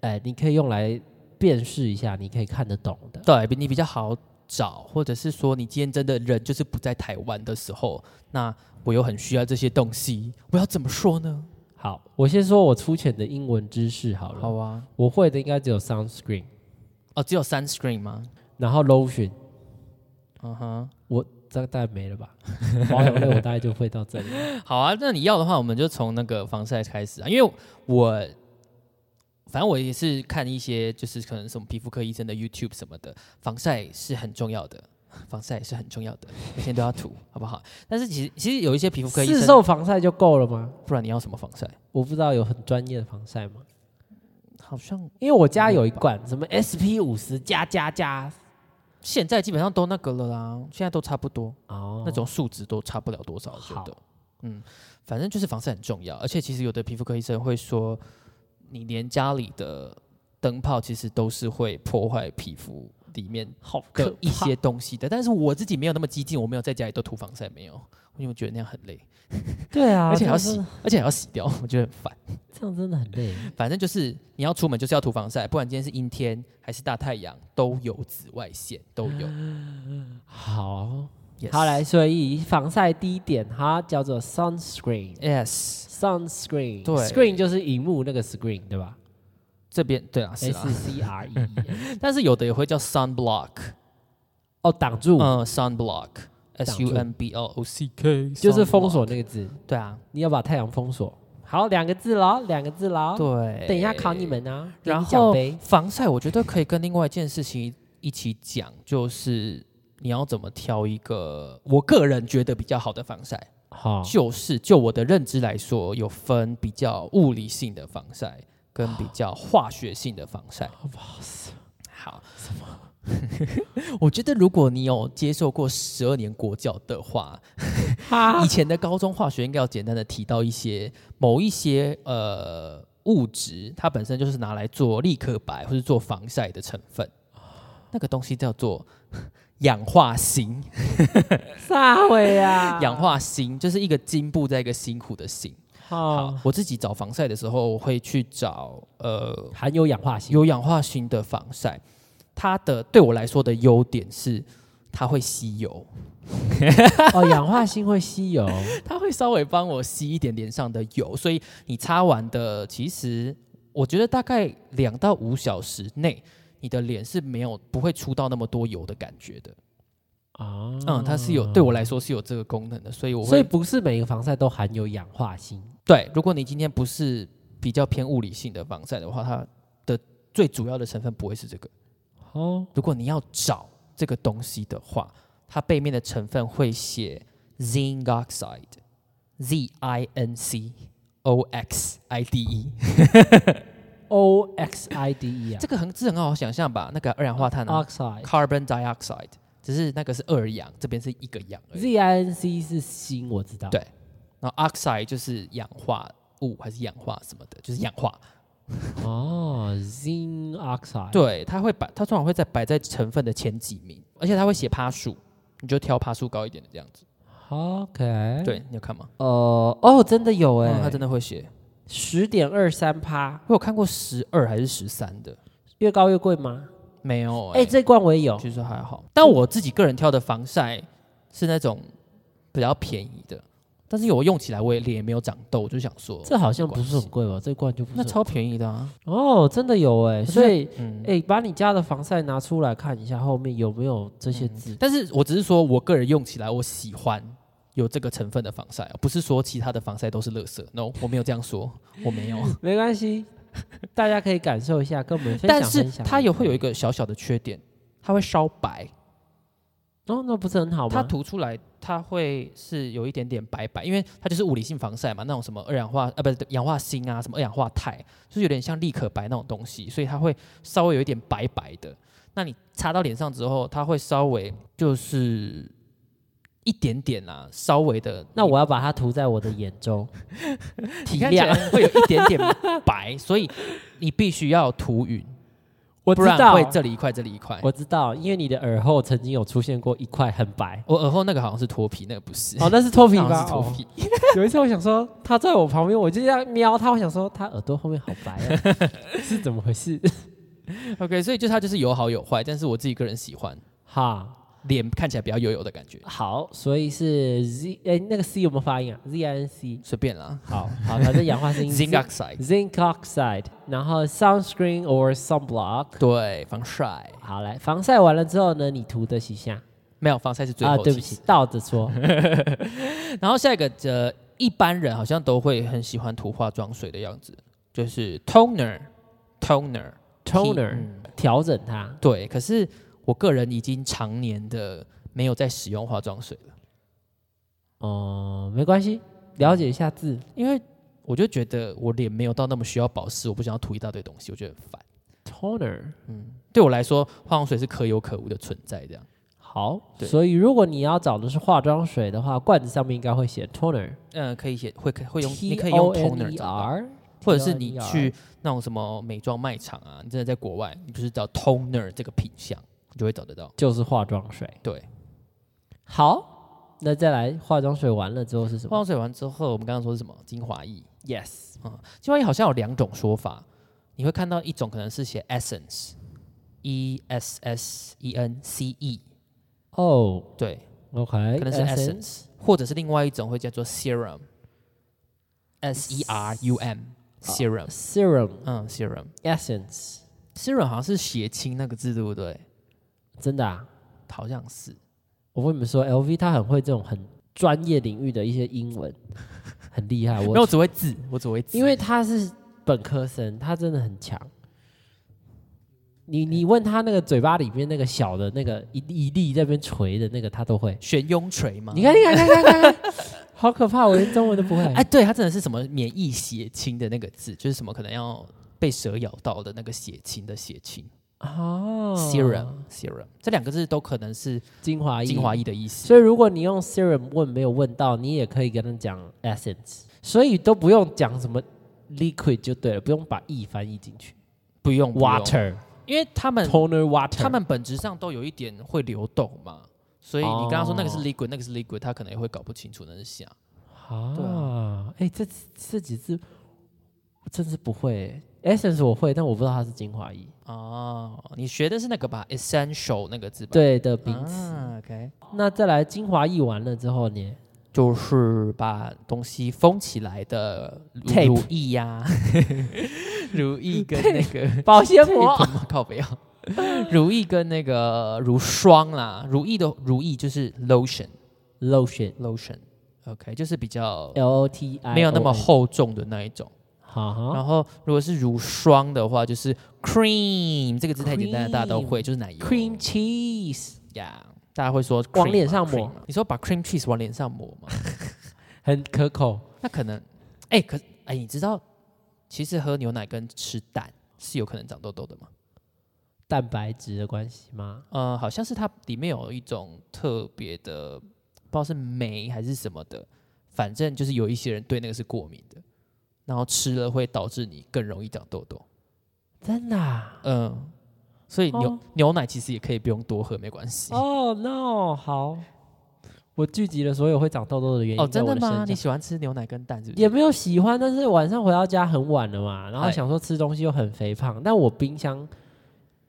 [SPEAKER 3] 哎，你可以用来辨识一下，你可以看得懂的。
[SPEAKER 1] 对比你比较好找，或者是说你今天真的人就是不在台湾的时候，那我又很需要这些东西，我要怎么说呢？
[SPEAKER 3] 好，我先说我粗浅的英文知识好了。
[SPEAKER 1] 好啊，
[SPEAKER 3] 我会的应该只有 sunscreen，
[SPEAKER 1] 哦，只有 sunscreen 吗？
[SPEAKER 3] 然后 lotion，
[SPEAKER 1] 嗯哼，
[SPEAKER 3] 我这大概没了吧？保养类我大概就会到这 里。
[SPEAKER 1] 好啊，那你要的话，我们就从那个防晒开始啊，因为我反正我也是看一些就是可能什么皮肤科医生的 YouTube 什么的，防晒是很重要的。 防晒也是很重要的，每天都要涂， 好不好？但是其实其实有一些皮肤科医
[SPEAKER 3] 市
[SPEAKER 1] 生，
[SPEAKER 3] 售防晒就够了吗？
[SPEAKER 1] 不然你要什么防晒？
[SPEAKER 3] 我不知道有很专业的防晒吗？
[SPEAKER 1] 好像
[SPEAKER 3] 因为我家有一罐什么 SP 五十加加加
[SPEAKER 1] 现在基本上都那个了啦，现在都差不多。
[SPEAKER 3] 哦
[SPEAKER 1] 那种数值都差不了多少，我觉得
[SPEAKER 3] 好，
[SPEAKER 1] 嗯，反正就是防晒很重要，而且其实有的皮肤科医生会说，你连家里的灯泡其实都是会破坏皮肤里面
[SPEAKER 3] 好
[SPEAKER 1] 的一些东西的，但是我自己没有那么激进，我没有在家里都涂防晒，没有，因为我觉得那样很累，
[SPEAKER 3] 对啊，
[SPEAKER 1] 而且还要
[SPEAKER 3] 这
[SPEAKER 1] 洗
[SPEAKER 3] 样真的，
[SPEAKER 1] 而且还要洗掉，我觉得很烦。
[SPEAKER 3] 这样真的很累。
[SPEAKER 1] 反正就是你要出门就是要涂防晒，不然今天是阴天还是大太阳都有紫外线，都 有。
[SPEAKER 3] 好，
[SPEAKER 1] Yes
[SPEAKER 3] 好来，所以防晒第一点，它叫做 sunscreen。
[SPEAKER 1] ，yes，
[SPEAKER 3] sunscreen，
[SPEAKER 1] 对
[SPEAKER 3] ，screen 就是荧幕那个 screen 对吧
[SPEAKER 1] 这边对啊是
[SPEAKER 3] ？S
[SPEAKER 1] 啊，
[SPEAKER 3] C R E E，
[SPEAKER 1] 但是有的也会叫 sunblock。
[SPEAKER 3] 哦，挡住，
[SPEAKER 1] 嗯，sunblock，S
[SPEAKER 3] 挡
[SPEAKER 1] U
[SPEAKER 3] 住
[SPEAKER 1] N B L O C K，
[SPEAKER 3] 就是封锁
[SPEAKER 1] sunblock。
[SPEAKER 3] 那个字，
[SPEAKER 1] 对啊，
[SPEAKER 3] 你要把太阳封锁。好，两个字喽，两个字喽。
[SPEAKER 1] 对。
[SPEAKER 3] 等一下考你。们啊，给你
[SPEAKER 1] 然
[SPEAKER 3] 奖
[SPEAKER 1] 后
[SPEAKER 3] 杯
[SPEAKER 1] 防晒，我觉得可以跟另外一件事情一起讲，就是你要怎么挑一个我个人觉得比较好的防晒。
[SPEAKER 3] 好
[SPEAKER 1] 就是就我的认知来说，有分比较物理性的防晒跟比较化学性的防晒。好，什么？ 我觉得如果你有接受过十二年国教的话，
[SPEAKER 3] 哈
[SPEAKER 1] 以前的高中化学应该要简单的提到一些某一些呃物质，它本身就是拿来做立刻白或是做防晒的成分，哦那个东西叫做 氧化锌。
[SPEAKER 3] 撒尾啊，
[SPEAKER 1] 氧化锌就是一个进步在一个辛苦的辛。
[SPEAKER 3] 好
[SPEAKER 1] 好，，我自己找防晒的时候，我会去找呃
[SPEAKER 3] 含有氧化锌。
[SPEAKER 1] 有氧化锌的防晒，它的对我来说的优点是它会吸油。
[SPEAKER 3] 哦，氧化锌会 吸油，
[SPEAKER 1] 它会稍微帮我吸一点脸上的油，所以你擦完的，其实我觉得大概两到五小时内，你的脸是没有不会出到那么多油的感觉的。嗯
[SPEAKER 3] 啊，
[SPEAKER 1] 嗯，它是有对我来说是有这个功能的，所以我
[SPEAKER 3] 所以
[SPEAKER 1] 会
[SPEAKER 3] 不是每个防晒都含有氧化锌
[SPEAKER 1] 对，如果你今天不是比较偏物理性的防晒的话，它的最主要的成分不会是这个。
[SPEAKER 3] 哦，
[SPEAKER 1] 如果你要找这个东西的话，它背面的成分会写 zinc oxide，z i n c o x i d e，
[SPEAKER 3] O X I D E 啊，
[SPEAKER 1] 这个很这很好想象吧？那个二氧化碳啊
[SPEAKER 3] oxide
[SPEAKER 1] ，carbon dioxide，只是那个是二氧，这边是一个氧而已。
[SPEAKER 3] Z I N C 是锌，我知道。
[SPEAKER 1] 对然后 oxide 就是氧化物还是氧化什么的，就是氧化。
[SPEAKER 3] 哦，zinc oxide。，
[SPEAKER 1] 对，它会摆，它通常会在摆在成分的前几名，而且它会写趴数，你就挑趴数高一点的这样子。
[SPEAKER 3] OK。，
[SPEAKER 1] 对，你有看吗？
[SPEAKER 3] 呃，哦，真的有哎、
[SPEAKER 1] 嗯，它真的会写。
[SPEAKER 3] 十点二三趴，
[SPEAKER 1] 我有看过十二还是十三的，
[SPEAKER 3] 越高越贵吗？
[SPEAKER 1] 没有
[SPEAKER 3] 哎、
[SPEAKER 1] 哎、
[SPEAKER 3] 这罐我也有。
[SPEAKER 1] 其实还好。但我自己个人挑的防晒是那种比较便宜的，但是我用起来我也脸也没有长痘，我就想说
[SPEAKER 3] 这好像不是很贵吧？这罐就不是
[SPEAKER 1] 那
[SPEAKER 3] 很
[SPEAKER 1] 超便宜的啊。
[SPEAKER 3] 哦，真的有哎、
[SPEAKER 1] 是
[SPEAKER 3] 所以
[SPEAKER 1] 嗯，
[SPEAKER 3] 哎、把你家的防晒拿出来看一下，后面有没有这些字？
[SPEAKER 1] 嗯但是我只是说我个人用起来我喜欢有这个成分的防晒，不是说其他的防晒都是垃圾。No，我没有这样说，我没有。
[SPEAKER 3] 没关系，大家可以感受一下，跟我们分享
[SPEAKER 1] 但
[SPEAKER 3] 分
[SPEAKER 1] 是
[SPEAKER 3] 享。
[SPEAKER 1] 它有会有一个小小的缺点，它会烧白，
[SPEAKER 3] 哦，那不是很好吗？
[SPEAKER 1] 它涂出来它会是有一点点白白，因为它就是物理性防晒嘛，那种什么二氧化呃不是氧化锌啊，什么二氧化钛，就是有点像立可白那种东西，所以它会稍微有一点白白的。那你擦到脸上之后，它会稍微就是一点点啊，稍微的。
[SPEAKER 3] 那我要把它涂在我的眼周，
[SPEAKER 1] 体
[SPEAKER 3] 体
[SPEAKER 1] 谅
[SPEAKER 3] 谅。
[SPEAKER 1] 会有一点点白，所以你必须要涂匀，
[SPEAKER 3] 我
[SPEAKER 1] 不
[SPEAKER 3] 知
[SPEAKER 1] 然
[SPEAKER 3] 道，
[SPEAKER 1] 会这里一块这里一块。。
[SPEAKER 3] 我知道，因为你的耳后曾经有出现过一块很白
[SPEAKER 1] 我耳后那个好像是脱皮，那个不是，
[SPEAKER 3] 哦，那是脱皮
[SPEAKER 1] 那 好
[SPEAKER 3] 吧
[SPEAKER 1] 像？是脱皮。
[SPEAKER 3] 哦有一次我想说，他在我旁边，我就这样瞄他，我想说他耳朵后面好白、 啊，是怎么回事？哦
[SPEAKER 1] OK，所以就它就是有好有坏，但是我自己个人喜欢
[SPEAKER 3] 哈，
[SPEAKER 1] 脸看起来比较油油的感觉，
[SPEAKER 3] 好，所以是 Z，哎、那个 C 有没有发音啊？Z I N C。
[SPEAKER 1] 随便啦。
[SPEAKER 3] 好好，反正氧化锌
[SPEAKER 1] Zinc oxide，
[SPEAKER 3] zinc oxide，然后 sunscreen or sunblock。
[SPEAKER 1] 对，防晒
[SPEAKER 3] 好，来防晒完了之后呢，你涂的几下
[SPEAKER 1] 没有防晒是最后、
[SPEAKER 3] 啊？对不起，。倒 着说。
[SPEAKER 1] 然后下一个，呃，一般人好像都会很喜欢涂化妆水的样子，就是 toner，toner，
[SPEAKER 3] toner
[SPEAKER 1] 嗯
[SPEAKER 3] 调整它。
[SPEAKER 1] 对，可是我个人已经常年的没有在使用化妆水了，
[SPEAKER 3] 哦、没关系，
[SPEAKER 1] 嗯
[SPEAKER 3] 了解一下字。
[SPEAKER 1] 因为我就觉得我脸没有到那么需要保湿，我不想要涂一大堆东西，我觉得很烦。
[SPEAKER 3] toner
[SPEAKER 1] 对我来说，化妆水是可有可无的存在，这样。
[SPEAKER 3] 好，
[SPEAKER 1] 对
[SPEAKER 3] 所以如果你要找的是化妆水的话，罐子上面应该会写 toner，
[SPEAKER 1] 嗯，可以写会可会用，
[SPEAKER 3] T
[SPEAKER 1] 你可以用
[SPEAKER 3] O N
[SPEAKER 1] toner
[SPEAKER 3] E
[SPEAKER 1] 找到
[SPEAKER 3] R，
[SPEAKER 1] 或者是你
[SPEAKER 3] T O N E
[SPEAKER 1] 去那种什么美妆卖场啊，你真的在国外，你就是找 toner 这个品相，你就会找得到。
[SPEAKER 3] 就是化妆水。
[SPEAKER 1] 对，
[SPEAKER 3] 好，那再来化妆水完了之后是什
[SPEAKER 1] 化
[SPEAKER 3] 么
[SPEAKER 1] 妆水完之后，我们刚刚说是什么？精华液。
[SPEAKER 3] ？Yes，
[SPEAKER 1] 精华液好像有两种说法，你会看到一种可能是写 essence，e s s e n c e，
[SPEAKER 3] 哦、
[SPEAKER 1] 对，
[SPEAKER 3] o k
[SPEAKER 1] 可能是 essence，或者是另外一种会叫做 serum，s e r u m，serum，
[SPEAKER 3] 啊 serum
[SPEAKER 1] 嗯，serum。
[SPEAKER 3] essence，
[SPEAKER 1] serum 好像是血清那个字，对不对？
[SPEAKER 3] 真的啊，
[SPEAKER 1] 好像是。
[SPEAKER 3] 我跟你们说，LV 他很会这种很专业领域的一些英文，很厉害。
[SPEAKER 1] 没有，我
[SPEAKER 3] 我
[SPEAKER 1] 只会字，我只会字。
[SPEAKER 3] 因为他是本科生，他真的很强。你你问他那个嘴巴里面那个小的那个一一粒在那边垂的那个，他都会。
[SPEAKER 1] 悬雍垂嘛，
[SPEAKER 3] 你看，你看，你看，你看，你看 好可怕！我连中文都不会。
[SPEAKER 1] 哎，
[SPEAKER 3] 哎，
[SPEAKER 1] 对，它真的是什么免疫血清的那个字，就是什么可能要被蛇咬到的那个血清的血清。
[SPEAKER 3] 哦
[SPEAKER 1] serum serum 这两个字都可能是
[SPEAKER 3] 精华液，
[SPEAKER 1] 精华液的意思。
[SPEAKER 3] 所以如果你用 serum 问没有问到，你也可以跟他讲 essence，所以都不用讲什么 liquid 就对了，不用把 e 翻译进去。
[SPEAKER 1] 不用不用
[SPEAKER 3] water
[SPEAKER 1] 因为他们
[SPEAKER 3] toner water，
[SPEAKER 1] 他们本质上都有一点会流动嘛，所以你刚刚说那个是
[SPEAKER 3] 哦
[SPEAKER 1] liquid，、那个是 liquid，他可能也会搞不清楚那是虾。对
[SPEAKER 3] 啊，哎、这这几字我真是不会、essence 我会，但我不知道它是精华液。
[SPEAKER 1] 哦，你学的是那个吧？essential 那个字吧？
[SPEAKER 3] 对的名词。
[SPEAKER 1] 啊，OK，
[SPEAKER 3] 那再来精华液完了之后呢？
[SPEAKER 1] 就是把东西封起来的
[SPEAKER 3] Tape
[SPEAKER 1] 如意呀、 如意跟那个
[SPEAKER 3] 保鲜
[SPEAKER 1] Tape 吗靠不要， 如意跟那个如霜啦，如意的如意就是 lotion
[SPEAKER 3] lotion
[SPEAKER 1] lotion， OK，就是比较
[SPEAKER 3] L T I 哦
[SPEAKER 1] 没有那么，哦厚重的那一种。
[SPEAKER 3] 哈哈，
[SPEAKER 1] 然后如果是乳霜的话，就是 cream 这个字太简单了，大家都会，就是奶油
[SPEAKER 3] cream cheese
[SPEAKER 1] 呀。大家会说 cream
[SPEAKER 3] 往
[SPEAKER 1] 嘛
[SPEAKER 3] 脸上
[SPEAKER 1] cream
[SPEAKER 3] 抹
[SPEAKER 1] 嘛你说把 cream cheese 往脸上抹嘛？
[SPEAKER 3] 很可口，
[SPEAKER 1] 那可能，哎、可哎、你知道，其实喝牛奶跟吃蛋是有可能长痘痘的吗？
[SPEAKER 3] 蛋白质的关系吗？
[SPEAKER 1] 呃，好像是它里面有一种特别的，不知道是酶还是什么的，反正就是有一些人对那个是过敏的，然后吃了会导致你更容易长痘痘。
[SPEAKER 3] 真的啊、
[SPEAKER 1] 嗯，所以牛、
[SPEAKER 3] 哦
[SPEAKER 1] 牛奶其实也可以不用多喝，没关系。
[SPEAKER 3] 哦、no，好，我聚集了所有会长痘痘的原因
[SPEAKER 1] 哦，
[SPEAKER 3] 在
[SPEAKER 1] 真
[SPEAKER 3] 我
[SPEAKER 1] 的
[SPEAKER 3] 的
[SPEAKER 1] 吗？
[SPEAKER 3] 身
[SPEAKER 1] 你
[SPEAKER 3] 上。
[SPEAKER 1] 喜欢吃牛奶跟蛋是不是？
[SPEAKER 3] 也没有喜欢，但是晚上回到家很晚了嘛，然后
[SPEAKER 1] 哎
[SPEAKER 3] 想说吃东西又很肥胖，但我冰箱，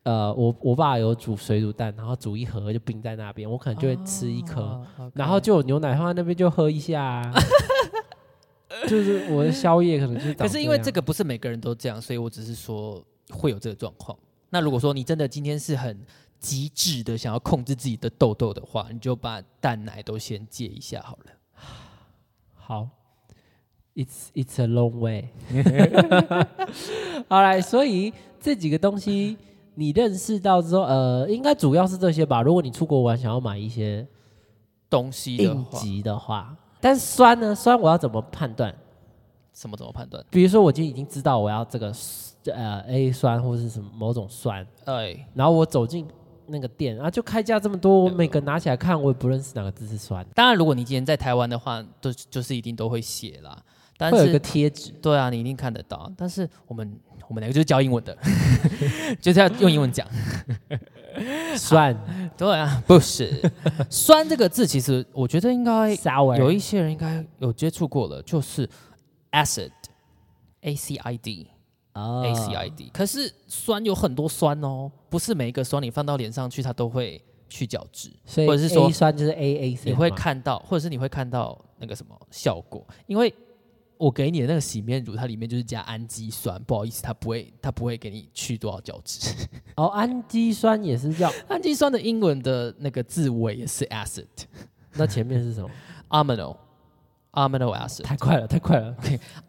[SPEAKER 3] 呃，我我爸有煮水煮蛋，然后煮一盒就冰在那边，我可能就会吃一颗，
[SPEAKER 1] 哦，OK
[SPEAKER 3] 然后就有牛奶放在那边就喝一下、 啊，就是我的宵夜可能就是。
[SPEAKER 1] 可是因为这，个不是每个人都这样，所以我只是说会有这个状况。那如果说你真的今天是很极致的想要控制自己的痘痘的话，你就把蛋奶都先戒一下好了。
[SPEAKER 3] 好，it's it's a long way 。好来，所以这几个东西你认识到之后，呃，应该主要是这些吧。如果你出国玩，想要买一些
[SPEAKER 1] 东西的
[SPEAKER 3] 应
[SPEAKER 1] 话，
[SPEAKER 3] 急的话，但酸呢？酸我要怎么判断？
[SPEAKER 1] 什么怎么判断？
[SPEAKER 3] 比如说，我就已经知道我要这个呃 A 酸或是什么某种酸，
[SPEAKER 1] 哎，
[SPEAKER 3] 然后我走进那个店，然、后就开价这么多，我每个拿起来看，我也不认识哪个字是酸，
[SPEAKER 1] 当然如果你今天在台湾的话，都就是一定都会写啦。但
[SPEAKER 3] 会有一个
[SPEAKER 1] 是
[SPEAKER 3] 贴纸。
[SPEAKER 1] 对啊，你一定看得到。但是我们我们两个就是教英文的， 就是要用英文 讲。
[SPEAKER 3] 酸
[SPEAKER 1] 对啊，不是酸这个字，其实我觉得应该
[SPEAKER 3] sour
[SPEAKER 1] 有一些人应该有接触过了，就是 acid，A C I D，A
[SPEAKER 3] 哦
[SPEAKER 1] C I D。可是酸有很多酸哦，不是每一个酸你放到脸上去，它都会去角质，
[SPEAKER 3] 所以
[SPEAKER 1] 或者是说
[SPEAKER 3] A 酸就是 A A C，
[SPEAKER 1] 你会看到，或者是你会看到那个什么效果，因为。我给你的那个洗面乳，它里面就是加氨基酸，不好意思，它不会，它不会给你去多少角质。
[SPEAKER 3] 哦，氨基酸也是叫，
[SPEAKER 1] 氨基酸的英文的那个字尾也是 acid，
[SPEAKER 3] 那前面是 什么？
[SPEAKER 1] amino amino acid
[SPEAKER 3] 太快了，太快了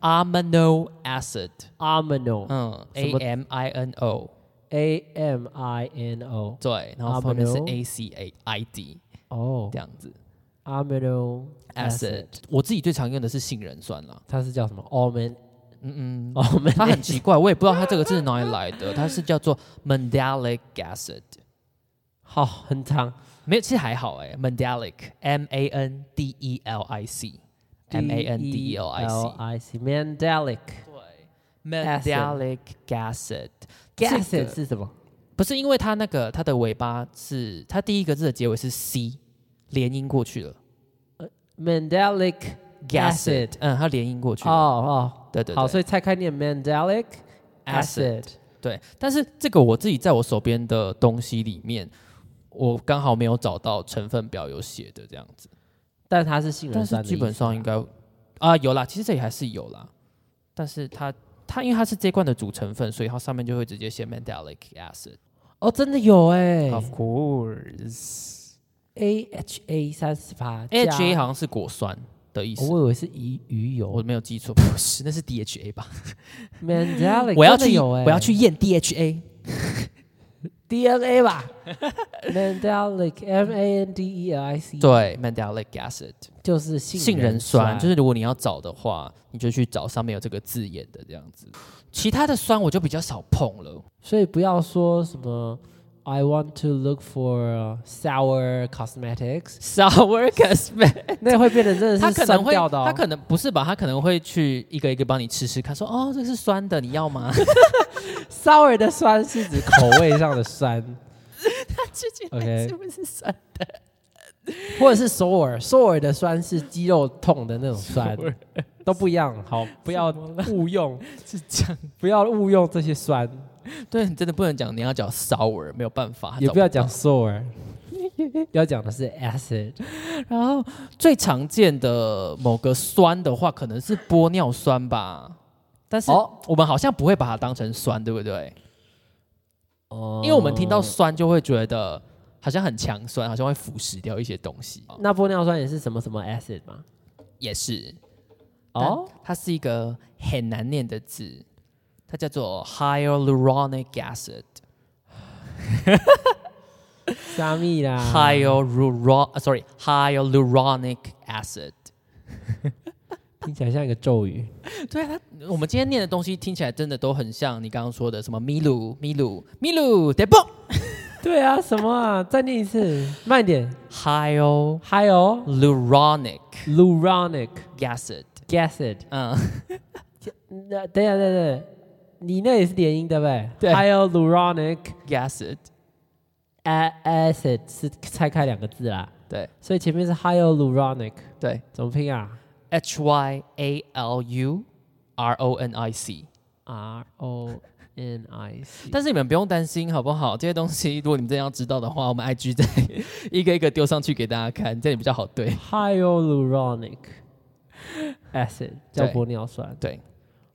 [SPEAKER 1] amino acid，
[SPEAKER 3] ，amino
[SPEAKER 1] 嗯
[SPEAKER 3] 什
[SPEAKER 1] ，a
[SPEAKER 3] 么啊
[SPEAKER 1] m i n o，
[SPEAKER 3] A M I N O
[SPEAKER 1] 对，然后后面是
[SPEAKER 3] Amino
[SPEAKER 1] a c a i d
[SPEAKER 3] 哦
[SPEAKER 1] 这样子。
[SPEAKER 3] ，amino
[SPEAKER 1] acid，我自己最常用的是杏仁酸 啦。
[SPEAKER 3] 它是叫什么？almond
[SPEAKER 1] 嗯嗯，
[SPEAKER 3] almond，
[SPEAKER 1] 它很奇怪，我也不知道它这个字是哪里来的，它是叫做 mandelic acid，
[SPEAKER 3] 好很长
[SPEAKER 1] 没有，其实还好哎，mandelic，m a n d e l i c，m a n d e l i c。
[SPEAKER 3] I C mandelic
[SPEAKER 1] 对
[SPEAKER 3] Acid
[SPEAKER 1] ，mandelic acid，这
[SPEAKER 3] acid
[SPEAKER 1] 个
[SPEAKER 3] 是什么？
[SPEAKER 1] 不是因为它那个它的尾巴是它第一个字的结尾是 c，连音过去了
[SPEAKER 3] Mandelic acid
[SPEAKER 1] 嗯，它连音过去
[SPEAKER 3] 哦
[SPEAKER 1] 了，
[SPEAKER 3] 哦，
[SPEAKER 1] 对对对，
[SPEAKER 3] 好，所以拆开念 Mandelic
[SPEAKER 1] Acid
[SPEAKER 3] acid
[SPEAKER 1] 对。但是这个我自己在我手边的东西里面，我刚好没有找到成分表有写的这样子，
[SPEAKER 3] 但它是杏
[SPEAKER 1] 但
[SPEAKER 3] 仁
[SPEAKER 1] 是
[SPEAKER 3] 酸的意思
[SPEAKER 1] 基
[SPEAKER 3] 啊，
[SPEAKER 1] 本上应该啊有啦，其实这里还是有啦，但是它它因为它是这一罐的主成分，所以它上面就会直接写 mandelic acid。
[SPEAKER 3] 哦，真的有哎
[SPEAKER 1] Of course，H
[SPEAKER 3] ，AHA 三十八
[SPEAKER 1] A 好像是果酸的意思。
[SPEAKER 3] 我以为是鱼鱼油
[SPEAKER 1] 我没有记错，不是，那是 DHA 吧？
[SPEAKER 3] ，Mandelic
[SPEAKER 1] 我要
[SPEAKER 3] 真的
[SPEAKER 1] 去，
[SPEAKER 3] 有哎，
[SPEAKER 1] 我要去验 DHA。
[SPEAKER 3] DNA 吧，Mandelic M A N D E L I C
[SPEAKER 1] 对，mandelic acid
[SPEAKER 3] 就是杏
[SPEAKER 1] 杏仁
[SPEAKER 3] 酸
[SPEAKER 1] 酸，，就是如果你要找的话，你就去找上面有这个字眼的这样子。其他的酸我就比较少碰了。
[SPEAKER 3] 所以不要说什么 I want to look for sour cosmetics，
[SPEAKER 1] Sour cosmetic，
[SPEAKER 3] 那会变成真
[SPEAKER 1] 哎
[SPEAKER 3] 的
[SPEAKER 1] 它
[SPEAKER 3] 是
[SPEAKER 1] 可能
[SPEAKER 3] 酸
[SPEAKER 1] 会
[SPEAKER 3] 掉的、，哦。
[SPEAKER 1] 它可能不是吧？它可能会去一个一个帮你吃吃看，说哦，这是酸的，你要吗？
[SPEAKER 3] sour 的酸是指口味上 的酸，
[SPEAKER 1] 吃起
[SPEAKER 3] OK
[SPEAKER 1] 来是不是酸？
[SPEAKER 3] 或者是 sour sour 的酸是肌肉痛的那种酸
[SPEAKER 1] Sour，
[SPEAKER 3] 都不一样。好，不要误用，
[SPEAKER 1] 是这样。
[SPEAKER 3] 不要误用这些酸，
[SPEAKER 1] 对你真的不能讲你要讲 sour，没有办法，它
[SPEAKER 3] 也
[SPEAKER 1] 找
[SPEAKER 3] 不要
[SPEAKER 1] 到
[SPEAKER 3] 讲 sour，要讲的是 acid。
[SPEAKER 1] 然后最常见的某个酸的话，可能是玻尿酸吧，但是
[SPEAKER 3] 哦
[SPEAKER 1] 我们好像不会把它当成酸，对不对？
[SPEAKER 3] 哦
[SPEAKER 1] 因为我们听到酸就会觉得好像很强酸，好像会腐蚀掉一些东西。
[SPEAKER 3] 那玻尿酸也是什么什么 acid 吗？
[SPEAKER 1] 也是
[SPEAKER 3] 哦，，
[SPEAKER 1] 但它是一个很难念的字，它叫做 hyaluronic acid。
[SPEAKER 3] 沙密啦，
[SPEAKER 1] 啊 hyaluronic，sorry hyaluronic 呃 acid。
[SPEAKER 3] 听起来像一个咒语。
[SPEAKER 1] 对啊，它我们今天念的东西听起来真的都很像你刚刚说的什么米鲁米鲁米鲁 d e b o
[SPEAKER 3] 对啊，什么啊？再念一次，哦慢点。
[SPEAKER 1] hyaluronic
[SPEAKER 3] 还有 luronic
[SPEAKER 1] acid。
[SPEAKER 3] acid，
[SPEAKER 1] 嗯，
[SPEAKER 3] 那等一下，等一下，等一下你那也是连音对不对？
[SPEAKER 1] 对
[SPEAKER 3] 还有 luronic
[SPEAKER 1] acid。
[SPEAKER 3] acid 是拆开两个字啦，
[SPEAKER 1] 对
[SPEAKER 3] 所以前面是 hyaluronic，
[SPEAKER 1] 对
[SPEAKER 3] 怎么拼啊
[SPEAKER 1] ，H Y A L U R O N I C。
[SPEAKER 3] ？R O N I C。
[SPEAKER 1] 但是你们不用担心，好不好？这些东西如果你们真的要知道的话，我们 IG 再一个一个丢上去给大家看，这样也比较好对。
[SPEAKER 3] hyaluronic acid 叫
[SPEAKER 1] 对
[SPEAKER 3] 玻尿酸。
[SPEAKER 1] 对，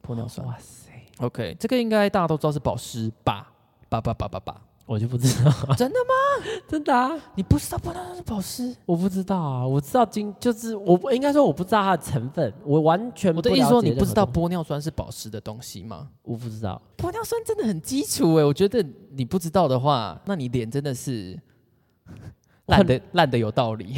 [SPEAKER 1] 玻尿酸。
[SPEAKER 3] 哇塞，
[SPEAKER 1] OK，这个应该大家都知道是保湿吧？吧吧吧吧吧，
[SPEAKER 3] 我就不知道，
[SPEAKER 1] 真的吗？
[SPEAKER 3] 真的啊，
[SPEAKER 1] 你不知道玻尿酸是保湿？
[SPEAKER 3] 我不知道啊，我知道金就是我不应该说我不知道它的成分，我完全
[SPEAKER 1] 我
[SPEAKER 3] 不
[SPEAKER 1] 的意思说，
[SPEAKER 3] 了解
[SPEAKER 1] 你不知道
[SPEAKER 3] 任何东
[SPEAKER 1] 玻尿酸是保湿的东西吗？
[SPEAKER 3] 西，我不知道，
[SPEAKER 1] 玻尿酸真的很基础哎、我觉得你不知道的话，那你脸真的是 烂的烂的有道理。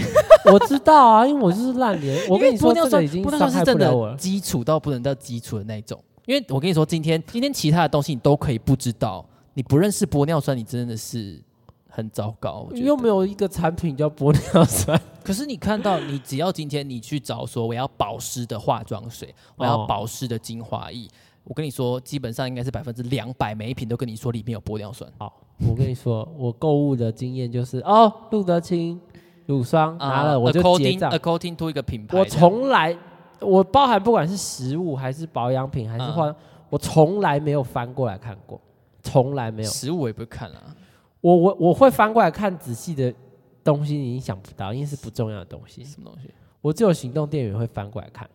[SPEAKER 3] 我知道啊，因为我就是烂 脸，我
[SPEAKER 1] 因为
[SPEAKER 3] 跟你说
[SPEAKER 1] 玻尿
[SPEAKER 3] 这个
[SPEAKER 1] 酸
[SPEAKER 3] 已经
[SPEAKER 1] 玻尿
[SPEAKER 3] 伤
[SPEAKER 1] 酸是
[SPEAKER 3] 害
[SPEAKER 1] 真
[SPEAKER 3] 不了我
[SPEAKER 1] 的
[SPEAKER 3] 了，
[SPEAKER 1] 基础到不能到基础的那一种。因为我跟你说，今天今天其他的东西你都可以不知道，你不认识玻尿酸，你真的是很糟糕。我觉得
[SPEAKER 3] 又没有一个产品叫玻尿酸，
[SPEAKER 1] 可是你看到，你只要今天你去找说我要保湿的化妆水，我要保湿的精华液，我跟你说，基本上应该是百分之两百，每一瓶都跟你说里面有玻尿酸
[SPEAKER 3] 好， 我跟你说，我购物的经验就是哦，露得清乳霜拿了啊我就结
[SPEAKER 1] 啊 according
[SPEAKER 3] 账，
[SPEAKER 1] according to 一个品牌，
[SPEAKER 3] 我从来我包含不管是食物还是保养品还是
[SPEAKER 1] 嗯
[SPEAKER 3] 化，我从来没有翻过来看过，从来没有。
[SPEAKER 1] 食物我也不会看了、啊。
[SPEAKER 3] 我我我会翻过来看仔细的东西，你想不到，因为是不重要的东西。
[SPEAKER 1] 什么东西？
[SPEAKER 3] 我只有行动电源会翻过来看，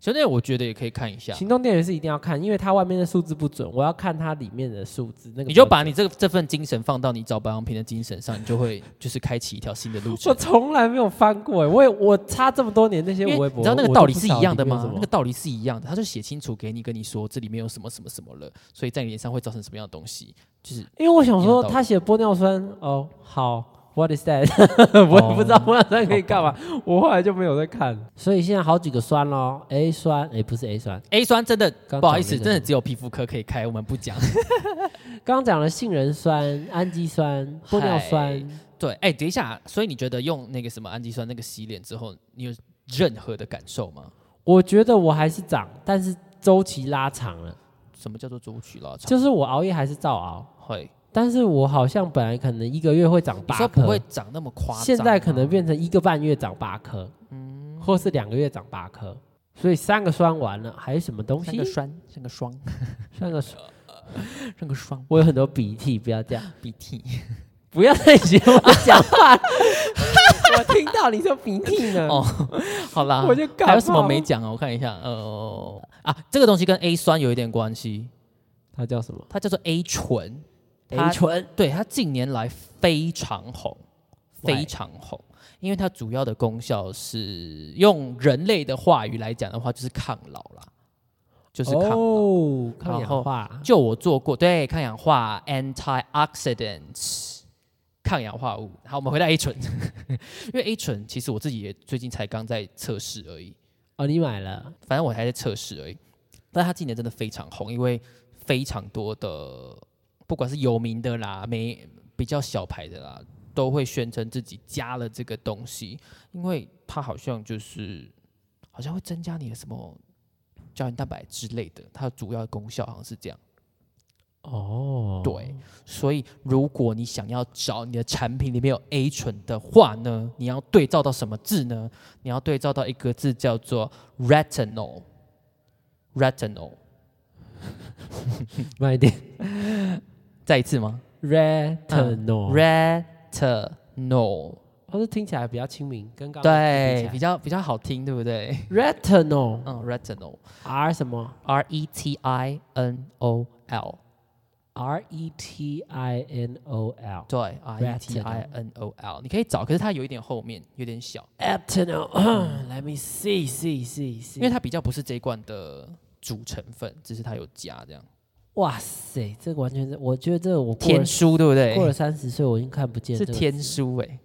[SPEAKER 1] 小姐，我觉得也可以看一下。
[SPEAKER 3] 行动电源是一定要看，因为它外面的数字不准，我要看它里面的数字。那个
[SPEAKER 1] 你就
[SPEAKER 3] 不准
[SPEAKER 1] 把你这这份精神放到你找保养品的精神上，你就会就是开启一条新的路
[SPEAKER 3] 我
[SPEAKER 1] 程。
[SPEAKER 3] 从来没有翻过欸，我也我差这么多年那些
[SPEAKER 1] 因
[SPEAKER 3] 我
[SPEAKER 1] 为
[SPEAKER 3] 微博，
[SPEAKER 1] 你知道那个
[SPEAKER 3] 我
[SPEAKER 1] 道
[SPEAKER 3] 都
[SPEAKER 1] 理
[SPEAKER 3] 不
[SPEAKER 1] 是
[SPEAKER 3] 知道
[SPEAKER 1] 一样的
[SPEAKER 3] 里面有
[SPEAKER 1] 吗
[SPEAKER 3] 什？么
[SPEAKER 1] 那个道理是一样的，他就写清楚给你，跟你说这里面有什么什么什么了，所以在你脸上会造成什么样的东西，就是
[SPEAKER 3] 因为我想
[SPEAKER 1] 一样
[SPEAKER 3] 说
[SPEAKER 1] 道理
[SPEAKER 3] 他写玻尿酸，哦，好，What is that？我
[SPEAKER 1] 哦
[SPEAKER 3] 也不知道玻尿酸可以 干嘛，我后来就没有在看。所以现在好几个酸咯 a 酸，哎，不是 A 酸，
[SPEAKER 1] A 酸真的
[SPEAKER 3] 刚
[SPEAKER 1] 不好意
[SPEAKER 3] 讲
[SPEAKER 1] 思，
[SPEAKER 3] 那个
[SPEAKER 1] 真的只有皮肤科可以开，我们不讲。
[SPEAKER 3] 刚刚讲了杏仁酸、氨基酸、玻
[SPEAKER 1] 嗨
[SPEAKER 3] 尿酸。
[SPEAKER 1] 对，哎、等一下，所以你觉得用那个什么氨基酸那个洗脸之后，你有任何的感受吗？
[SPEAKER 3] 我觉得我还是长，但是周期拉长了，
[SPEAKER 1] 什么叫做周期拉长？
[SPEAKER 3] 就是我熬夜还是照熬，
[SPEAKER 1] 会，
[SPEAKER 3] 但是我好像本来可能一个月会长
[SPEAKER 1] 你
[SPEAKER 3] 八
[SPEAKER 1] 说不
[SPEAKER 3] 颗
[SPEAKER 1] 会，长那么夸张吗，
[SPEAKER 3] 现在可能变成一个半月长八颗，嗯，或是两个月长八颗，所以三个酸完了，还有什么东
[SPEAKER 1] 像
[SPEAKER 3] 西
[SPEAKER 1] 个？栓，像个霜，
[SPEAKER 3] 三个酸，
[SPEAKER 1] 像个霜
[SPEAKER 3] 我有很多鼻涕，不要这样，
[SPEAKER 1] 鼻涕。
[SPEAKER 3] 不要再学我讲话， 我听到你说鼻涕呢，
[SPEAKER 1] 哦好啦，
[SPEAKER 3] 我就感冒
[SPEAKER 1] 还有什么没讲啊？我看一下，呃啊，这个东西跟 A 酸有一点关系，
[SPEAKER 3] 它叫什么
[SPEAKER 1] 它叫做 A 醇。它
[SPEAKER 3] ？A 醇，
[SPEAKER 1] 对它近年来非常红，
[SPEAKER 3] Why？
[SPEAKER 1] 非常红，因为它主要的功效是用人类的话语来讲的话，就是抗老啦，就是抗老。
[SPEAKER 3] 哦，抗
[SPEAKER 1] 然后
[SPEAKER 3] 氧化，
[SPEAKER 1] 就我做过，对抗氧化 antioxidants 抗氧化物。好，我们回到 A 醇， 因为 A 醇其实我自己也最近才刚在测试而已，
[SPEAKER 3] 哦，你买了，
[SPEAKER 1] 反正我还在测试而已。但它今年真的非常红，因为非常多的不管是有名的啦，没比较小牌的啦，都会宣称自己加了这个东西，因为它好像就是好像会增加你的什么胶原蛋白之类的，它的主要功效好像是这样。
[SPEAKER 3] 哦，
[SPEAKER 1] 对，所以如果你想要找你的产品里面有 A 醇的话呢，你要对照到什么字呢？你要对照到一个字叫做 retinol。retinol，
[SPEAKER 3] 慢一点。
[SPEAKER 1] 再一次吗
[SPEAKER 3] retinol，、
[SPEAKER 1] ？retinol，
[SPEAKER 3] 嗯它是听起来比较亲民，跟刚刚
[SPEAKER 1] 对，比较比较好听，对不对？
[SPEAKER 3] retinol
[SPEAKER 1] 嗯，retinol，R
[SPEAKER 3] R 什么
[SPEAKER 1] E T I N O L，
[SPEAKER 3] R E T I N O L。
[SPEAKER 1] 对，R E T I N O L，你可以找，可是它有一点后面有点小，
[SPEAKER 3] Ethanol. Let me see, see, see,
[SPEAKER 1] 因为
[SPEAKER 3] see.
[SPEAKER 1] 它比较不是这一罐的主成分，只是它有加这样。
[SPEAKER 3] 哇塞，这个完全是，我觉得这个我过
[SPEAKER 1] 天
[SPEAKER 3] 了
[SPEAKER 1] 书对不
[SPEAKER 3] 过
[SPEAKER 1] 对？
[SPEAKER 3] 了三十岁，我已经看不见
[SPEAKER 1] 是
[SPEAKER 3] 这个
[SPEAKER 1] 天
[SPEAKER 3] 字。
[SPEAKER 1] 书哎、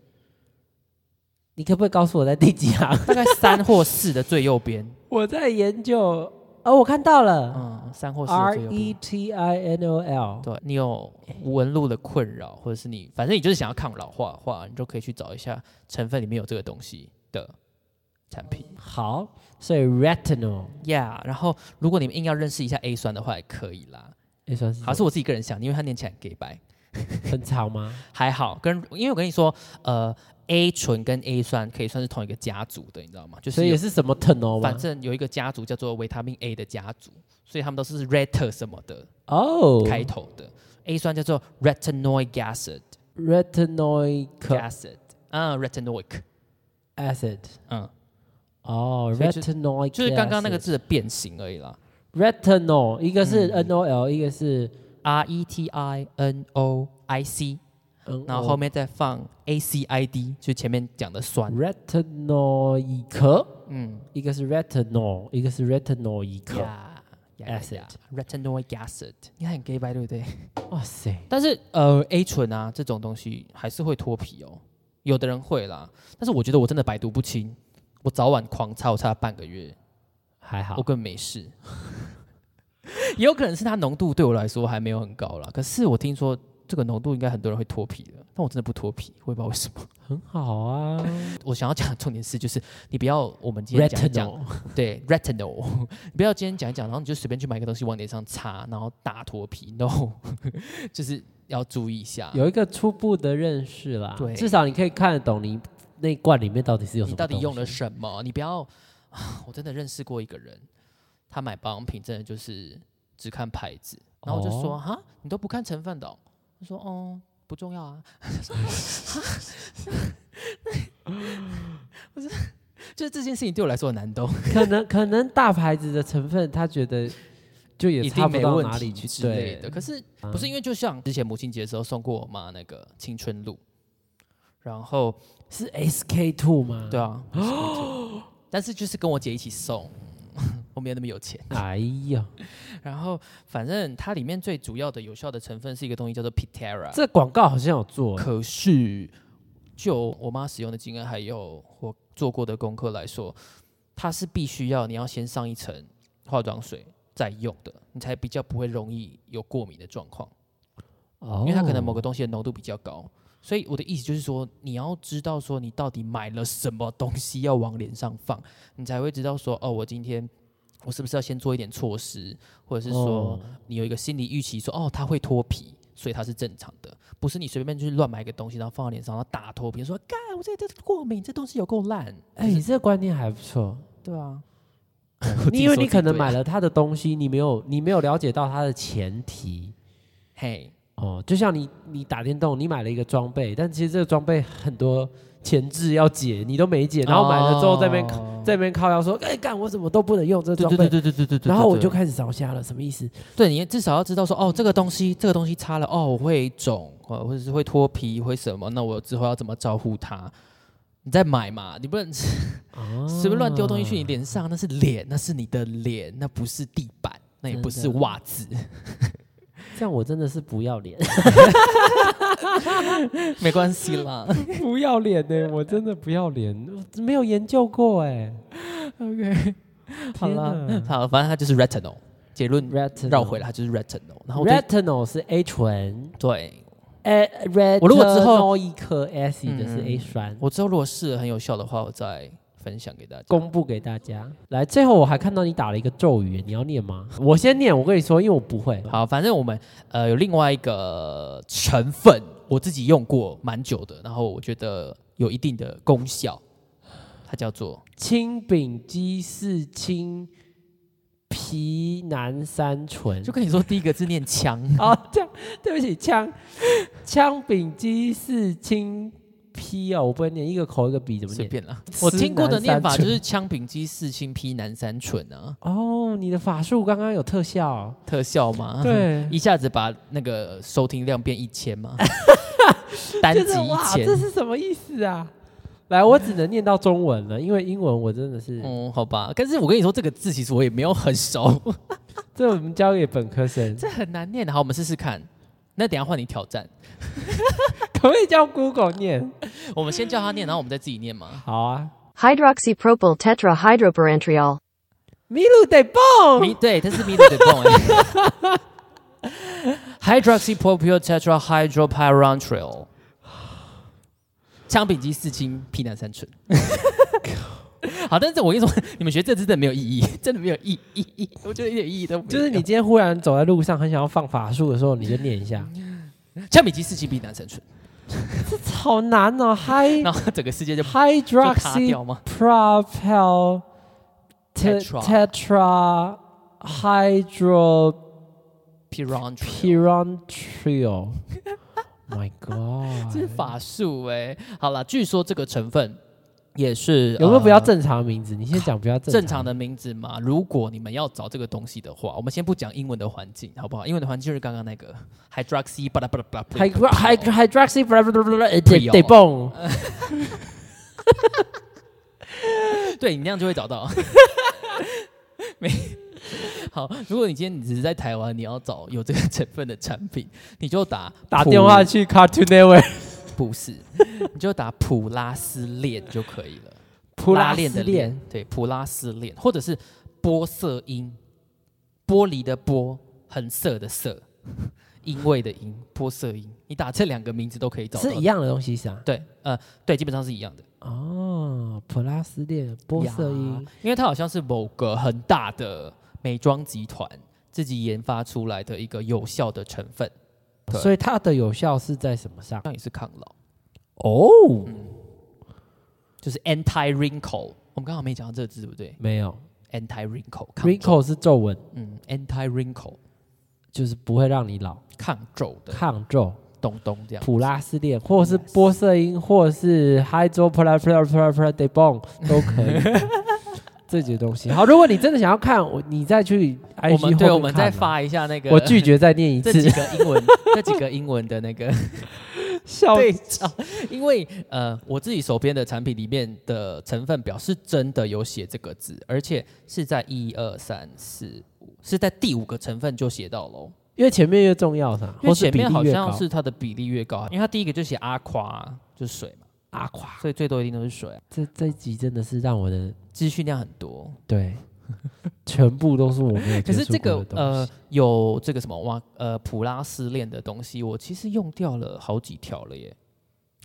[SPEAKER 3] 你可不可以告诉我在第几 行？
[SPEAKER 1] 大概三或四的最右边，
[SPEAKER 3] 我在研究。哦，我看到了
[SPEAKER 1] 嗯，三或四的
[SPEAKER 3] ，R
[SPEAKER 1] 最右
[SPEAKER 3] E
[SPEAKER 1] 边。
[SPEAKER 3] T I N O L。
[SPEAKER 1] 对你有纹路的困扰，或者是你反正你就是想要抗老化的话，你就可以去找一下成分里面有这个东西的产品。
[SPEAKER 3] 好，所以 retinol
[SPEAKER 1] Yeah，然后如果你们硬要认识一下 A 酸的话，也可以啦。
[SPEAKER 3] 也算是
[SPEAKER 1] 好，是我自己个人想的，因为它念起来很 gay 白，
[SPEAKER 3] 很长吗？
[SPEAKER 1] 还好。跟因为我跟你说，呃，A 醇跟 A 酸可以算是同一个家族的，你知道吗？就
[SPEAKER 3] 所
[SPEAKER 1] 是
[SPEAKER 3] 以
[SPEAKER 1] 有
[SPEAKER 3] 也是什么 tenol 吗
[SPEAKER 1] 反？正有一个家族叫做维他命 A 的家族，所以他们都是 ret 什么的
[SPEAKER 3] 哦
[SPEAKER 1] 开头的。A 酸叫做 retinoic acid
[SPEAKER 3] ，retinoic
[SPEAKER 1] acid，嗯，retinoic，
[SPEAKER 3] acid。
[SPEAKER 1] 嗯，
[SPEAKER 3] 哦
[SPEAKER 1] 所以就
[SPEAKER 3] ，retinoic
[SPEAKER 1] 就是刚刚那个嗯
[SPEAKER 3] acid
[SPEAKER 1] 字的变形而已啦。
[SPEAKER 3] retinol，一个是 N O L，一个是
[SPEAKER 1] R E T I N O I C，
[SPEAKER 3] N-O-
[SPEAKER 1] 然后后面再放 A C I D，就前面讲的酸。
[SPEAKER 3] retinoic，
[SPEAKER 1] 嗯
[SPEAKER 3] 一个是 retinol，一个是 retinoic。
[SPEAKER 1] 呀
[SPEAKER 3] Acid
[SPEAKER 1] retinoic acid，你看很 gay 白对不对？
[SPEAKER 3] 哇塞，
[SPEAKER 1] 但是呃 A 醇啊这种东西还是会脱皮哦，有的人会啦，但是我觉得我真的百毒不侵，我早晚狂擦，我擦了半个月，
[SPEAKER 3] 还好
[SPEAKER 1] 我，根本没事。 也有可能是它浓度对我来说还没有很高啦，可是我听说这个浓度应该很多人会脱皮的，但我真的不脱皮，我也不知道为什么。
[SPEAKER 3] 很好啊。
[SPEAKER 1] 我想要讲的重点是，就是你不要我们今天讲一讲
[SPEAKER 3] retinol
[SPEAKER 1] 对 retinol，你 不要今天讲一讲，然后你就随便去买个东西往脸上擦，然后大脱皮，no，就是要注意一下。
[SPEAKER 3] 有一个初步的认识啦，
[SPEAKER 1] 对
[SPEAKER 3] 至少你可以看得懂你那罐里面到底是有什
[SPEAKER 1] 你
[SPEAKER 3] 么
[SPEAKER 1] 到底用了
[SPEAKER 3] 东西
[SPEAKER 1] 什么？你不要，啊我真的认识过一个人，他买保养品真的就是只看牌子，然后我就说
[SPEAKER 3] 哦
[SPEAKER 1] 哈、你都不看成分的哦、他说哦，不重要啊。 我 说哈不是，就是这件事情对我来说很难懂，
[SPEAKER 3] 可能可能大牌子的成分，他觉得就也
[SPEAKER 1] 一
[SPEAKER 3] 差
[SPEAKER 1] 定
[SPEAKER 3] 不
[SPEAKER 1] 没
[SPEAKER 3] 到
[SPEAKER 1] 问
[SPEAKER 3] 哪
[SPEAKER 1] 题
[SPEAKER 3] 里去嗯
[SPEAKER 1] 之类的。可
[SPEAKER 3] 是
[SPEAKER 1] 是不是因为就像之前母亲节的时候送过我妈那个青春露，然后
[SPEAKER 3] 是 SK two 吗？
[SPEAKER 1] 对， 啊，但是就是跟我姐一起送， 我没有那么有钱。
[SPEAKER 3] 哎呀，
[SPEAKER 1] 然后反正它里面最主要的有效的成分是一个东西叫做 Pitera，
[SPEAKER 3] 这广告好像有做，
[SPEAKER 1] 可是就我妈使用的经验还有我做过的功课来说，它是必须要你要先上一层化妆水再用的，你才比较不会容易有过敏的状况，
[SPEAKER 3] 哦
[SPEAKER 1] 因为它可能某个东西的浓度比较高。所以我的意思就是说，你要知道说你到底买了什么东西要往脸上放，你才会知道说哦，我今天我是不是要先做一点措施，或者是说、
[SPEAKER 3] 哦
[SPEAKER 1] 你有一个心理预期说，哦，它会脱皮，所以它是正常的，不是你随便去乱买一个东西，然后放到脸上，然后大脱皮，说，干，我这这过敏，这东西有够烂，
[SPEAKER 3] 哎、你这个观念还不错。
[SPEAKER 1] 对 啊，
[SPEAKER 3] 你因为你可能买
[SPEAKER 1] 了，
[SPEAKER 3] 了他的东西，你没有你没有了解到它的前提
[SPEAKER 1] 嘿，
[SPEAKER 3] 哦。就像你你打电动，你买了一个装备，但其实这个装备很多前置要解，你都没解，然后买了之后在那边、
[SPEAKER 1] 哦
[SPEAKER 3] 在那边靠腰说，哎、干我怎么都不能用这个
[SPEAKER 1] 对
[SPEAKER 3] 装备，
[SPEAKER 1] 对对对对对对对，
[SPEAKER 3] 然后我就
[SPEAKER 1] 看，
[SPEAKER 3] 开始烧瞎了，什么意思？
[SPEAKER 1] 对你至少要知道说，哦，这个东西，这个东西擦了，哦，我会肿，呃，或者是会脱皮，会什么，那我之后要怎么照顾它？你再买嘛，你不能
[SPEAKER 3] 啊
[SPEAKER 1] 随便乱丢东西去你脸上，那是脸，那是你的脸，那不是地板，那也不是
[SPEAKER 3] 真的
[SPEAKER 1] 袜子。
[SPEAKER 3] 这样我真的是不要脸，
[SPEAKER 1] 没关系啦。
[SPEAKER 3] 不要脸呢、我真的不要脸，我没有研究过哎、
[SPEAKER 1] OK，好了
[SPEAKER 3] 天，哪
[SPEAKER 1] 好，反正它就是 retinol。结论
[SPEAKER 3] Retinol
[SPEAKER 1] 绕回来，它就是 retinol。然后对
[SPEAKER 3] Retinol 是 A 醇，
[SPEAKER 1] 对
[SPEAKER 3] 哎 r e
[SPEAKER 1] 我如果之后
[SPEAKER 3] 一颗 acid 是 A 酸，我
[SPEAKER 1] 我之后如果试了很有效的话，我再分享给大家。
[SPEAKER 3] 公布给大家。来，最后我还看到你打了一个咒语，你要念吗？我先念，我跟你说，因为我不会。
[SPEAKER 1] 好，反正我们呃有另外一个成分，我自己用过蛮久的，然后我觉得有一定的功效，它叫做
[SPEAKER 3] 青丙基四氢皮南三醇
[SPEAKER 1] 就，跟你说第一个字念枪，
[SPEAKER 3] 哦，这样，对不起，枪枪丙基四氢 P 啊，我不会念，一个口一个笔怎么
[SPEAKER 1] 随
[SPEAKER 3] 念？
[SPEAKER 1] 便啦。我听过的
[SPEAKER 3] 司南
[SPEAKER 1] 念法
[SPEAKER 3] 三
[SPEAKER 1] 就
[SPEAKER 3] 醇
[SPEAKER 1] 是枪柄机四清 P 南三蠢啊，
[SPEAKER 3] 哦，你的法术刚刚有特效，
[SPEAKER 1] 特效嘛，，
[SPEAKER 3] 对，
[SPEAKER 1] 一下子把那个收听量变一千 嘛，单集
[SPEAKER 3] 就是
[SPEAKER 1] 一
[SPEAKER 3] 哇，
[SPEAKER 1] 千
[SPEAKER 3] 这，是什么意思啊？来，我只能念到中文了，因为英文我真的是，
[SPEAKER 1] 嗯，好吧。但是我跟你说，这个字其实我也没有很 熟，
[SPEAKER 3] 这我们交给本科生，
[SPEAKER 1] 这很难
[SPEAKER 3] 啊
[SPEAKER 1] 念的。好，我们试试看。那等一下换你挑战，
[SPEAKER 3] 可不可以叫 Google 念？
[SPEAKER 1] 我们先叫他念，然后我们再自己念嘛。
[SPEAKER 3] 好啊，
[SPEAKER 2] Hydroxypropyl tetrahydrobarantriol.
[SPEAKER 3] 麋鹿得
[SPEAKER 1] 迷
[SPEAKER 3] 蹦，
[SPEAKER 1] 对，它是迷的对泵、欸。Hydroxypropyl tetrahydropyrantriol，枪丙基四氢皮南三 醇。好，但是我跟你说，你们学这支真的没有意义，真的没有意意义，我觉得一点意义都没有。
[SPEAKER 3] 就是你今天忽然走在路上，很想要放法术的时候，你就念一下，
[SPEAKER 1] 枪丙基四氢皮南三醇，
[SPEAKER 3] 这好难哦，Hy
[SPEAKER 1] 然后整个世界就塌
[SPEAKER 3] Hydroxy
[SPEAKER 1] 掉吗？
[SPEAKER 3] propel te-
[SPEAKER 1] Tetra.
[SPEAKER 3] tetra hydropyrantriol.
[SPEAKER 1] p y r a n t r i o
[SPEAKER 3] My
[SPEAKER 1] 这
[SPEAKER 3] God，
[SPEAKER 1] 是法术哎、好了，据说这个成分也是
[SPEAKER 3] 有没
[SPEAKER 1] 呃
[SPEAKER 3] 有比较正常的名字？你先讲比较
[SPEAKER 1] 正
[SPEAKER 3] 常
[SPEAKER 1] 常的名字嘛。如果你们要找这个东西的话，我们先不讲英文的环境，好不好？英文的环境就是刚刚那个 hydroxy 巴拉巴拉巴拉
[SPEAKER 3] Hydro- hydro- hydroxy blah blah blah blah blah，
[SPEAKER 1] 对
[SPEAKER 3] 得
[SPEAKER 1] 哦
[SPEAKER 3] 得蹦，
[SPEAKER 1] 对你那样就会找 到。没好，如果你今天你只是在台湾，你要找有这个成分的产品，你就打
[SPEAKER 3] 打
[SPEAKER 1] 普
[SPEAKER 3] 电话去 Cartoon Network
[SPEAKER 1] 不是，你就打普拉斯链就可以了。
[SPEAKER 3] 普
[SPEAKER 1] 拉
[SPEAKER 3] 链
[SPEAKER 1] 的链，对，普拉斯链，或者是玻色因，玻璃的玻，很色的色， 因为的因，玻色因，你打这两个名字都可以找到
[SPEAKER 3] 是
[SPEAKER 1] 的，
[SPEAKER 3] 一样的东西是啊。
[SPEAKER 1] 对，呃，对，基本上是一样的。
[SPEAKER 3] 哦，普拉斯链玻
[SPEAKER 1] 呀
[SPEAKER 3] 色因，
[SPEAKER 1] 因为它好像是某个很大的美妆集团自己研发出来的一个有效的成分，对
[SPEAKER 3] 所以它的有效是在什么上？
[SPEAKER 1] 那也是抗老，
[SPEAKER 3] 哦，
[SPEAKER 1] 就是 anti wrinkle。我们刚好没讲到这个字，对不对
[SPEAKER 3] 没有
[SPEAKER 1] ？anti wrinkle，抗皱
[SPEAKER 3] ，wrinkle 是皱纹，
[SPEAKER 1] 嗯，anti wrinkle
[SPEAKER 3] 就是不会让你老，
[SPEAKER 1] 抗皱的
[SPEAKER 3] 抗皱。
[SPEAKER 1] 东东这样。
[SPEAKER 3] 普拉斯链，或者是玻色因，或者是 hydro p l a p l a p l a p l a d e b o n 都可以。这些东西好，如果你真的想要看，我你再去 IG
[SPEAKER 1] 我
[SPEAKER 3] 后
[SPEAKER 1] 们
[SPEAKER 3] 面
[SPEAKER 1] 对，我们
[SPEAKER 3] 看
[SPEAKER 1] 再
[SPEAKER 3] 啊。
[SPEAKER 1] 发一下那个，
[SPEAKER 3] 我拒绝再念一
[SPEAKER 1] 这几
[SPEAKER 3] 次，
[SPEAKER 1] 个英 文，这几个英文的那个
[SPEAKER 3] 笑
[SPEAKER 1] 对 照，因为呃，我自己手边的产品里面的成分表是真的有写这个字，而且是在一二三四五，是在第五个成分就写到喽。
[SPEAKER 3] 因为前面越重要噻，
[SPEAKER 1] 因为
[SPEAKER 3] 或是
[SPEAKER 1] 前
[SPEAKER 3] 比
[SPEAKER 1] 面
[SPEAKER 3] 例
[SPEAKER 1] 好
[SPEAKER 3] 越
[SPEAKER 1] 像
[SPEAKER 3] 高。
[SPEAKER 1] 是它的比例越高，因为它第一个就写阿夸，就是水嘛，
[SPEAKER 3] 阿垮，
[SPEAKER 1] 所以最多一定都是水、啊，
[SPEAKER 3] 这这一集真的是让我的
[SPEAKER 1] 资讯量很多。
[SPEAKER 3] 对， 全部都是我没有
[SPEAKER 1] 可
[SPEAKER 3] 接
[SPEAKER 1] 是
[SPEAKER 3] 触
[SPEAKER 1] 这
[SPEAKER 3] 过
[SPEAKER 1] 个
[SPEAKER 3] 的东
[SPEAKER 1] 呃
[SPEAKER 3] 西。，
[SPEAKER 1] 有这个什么哇呃普拉斯链的东西，我其实用掉了好几条了耶。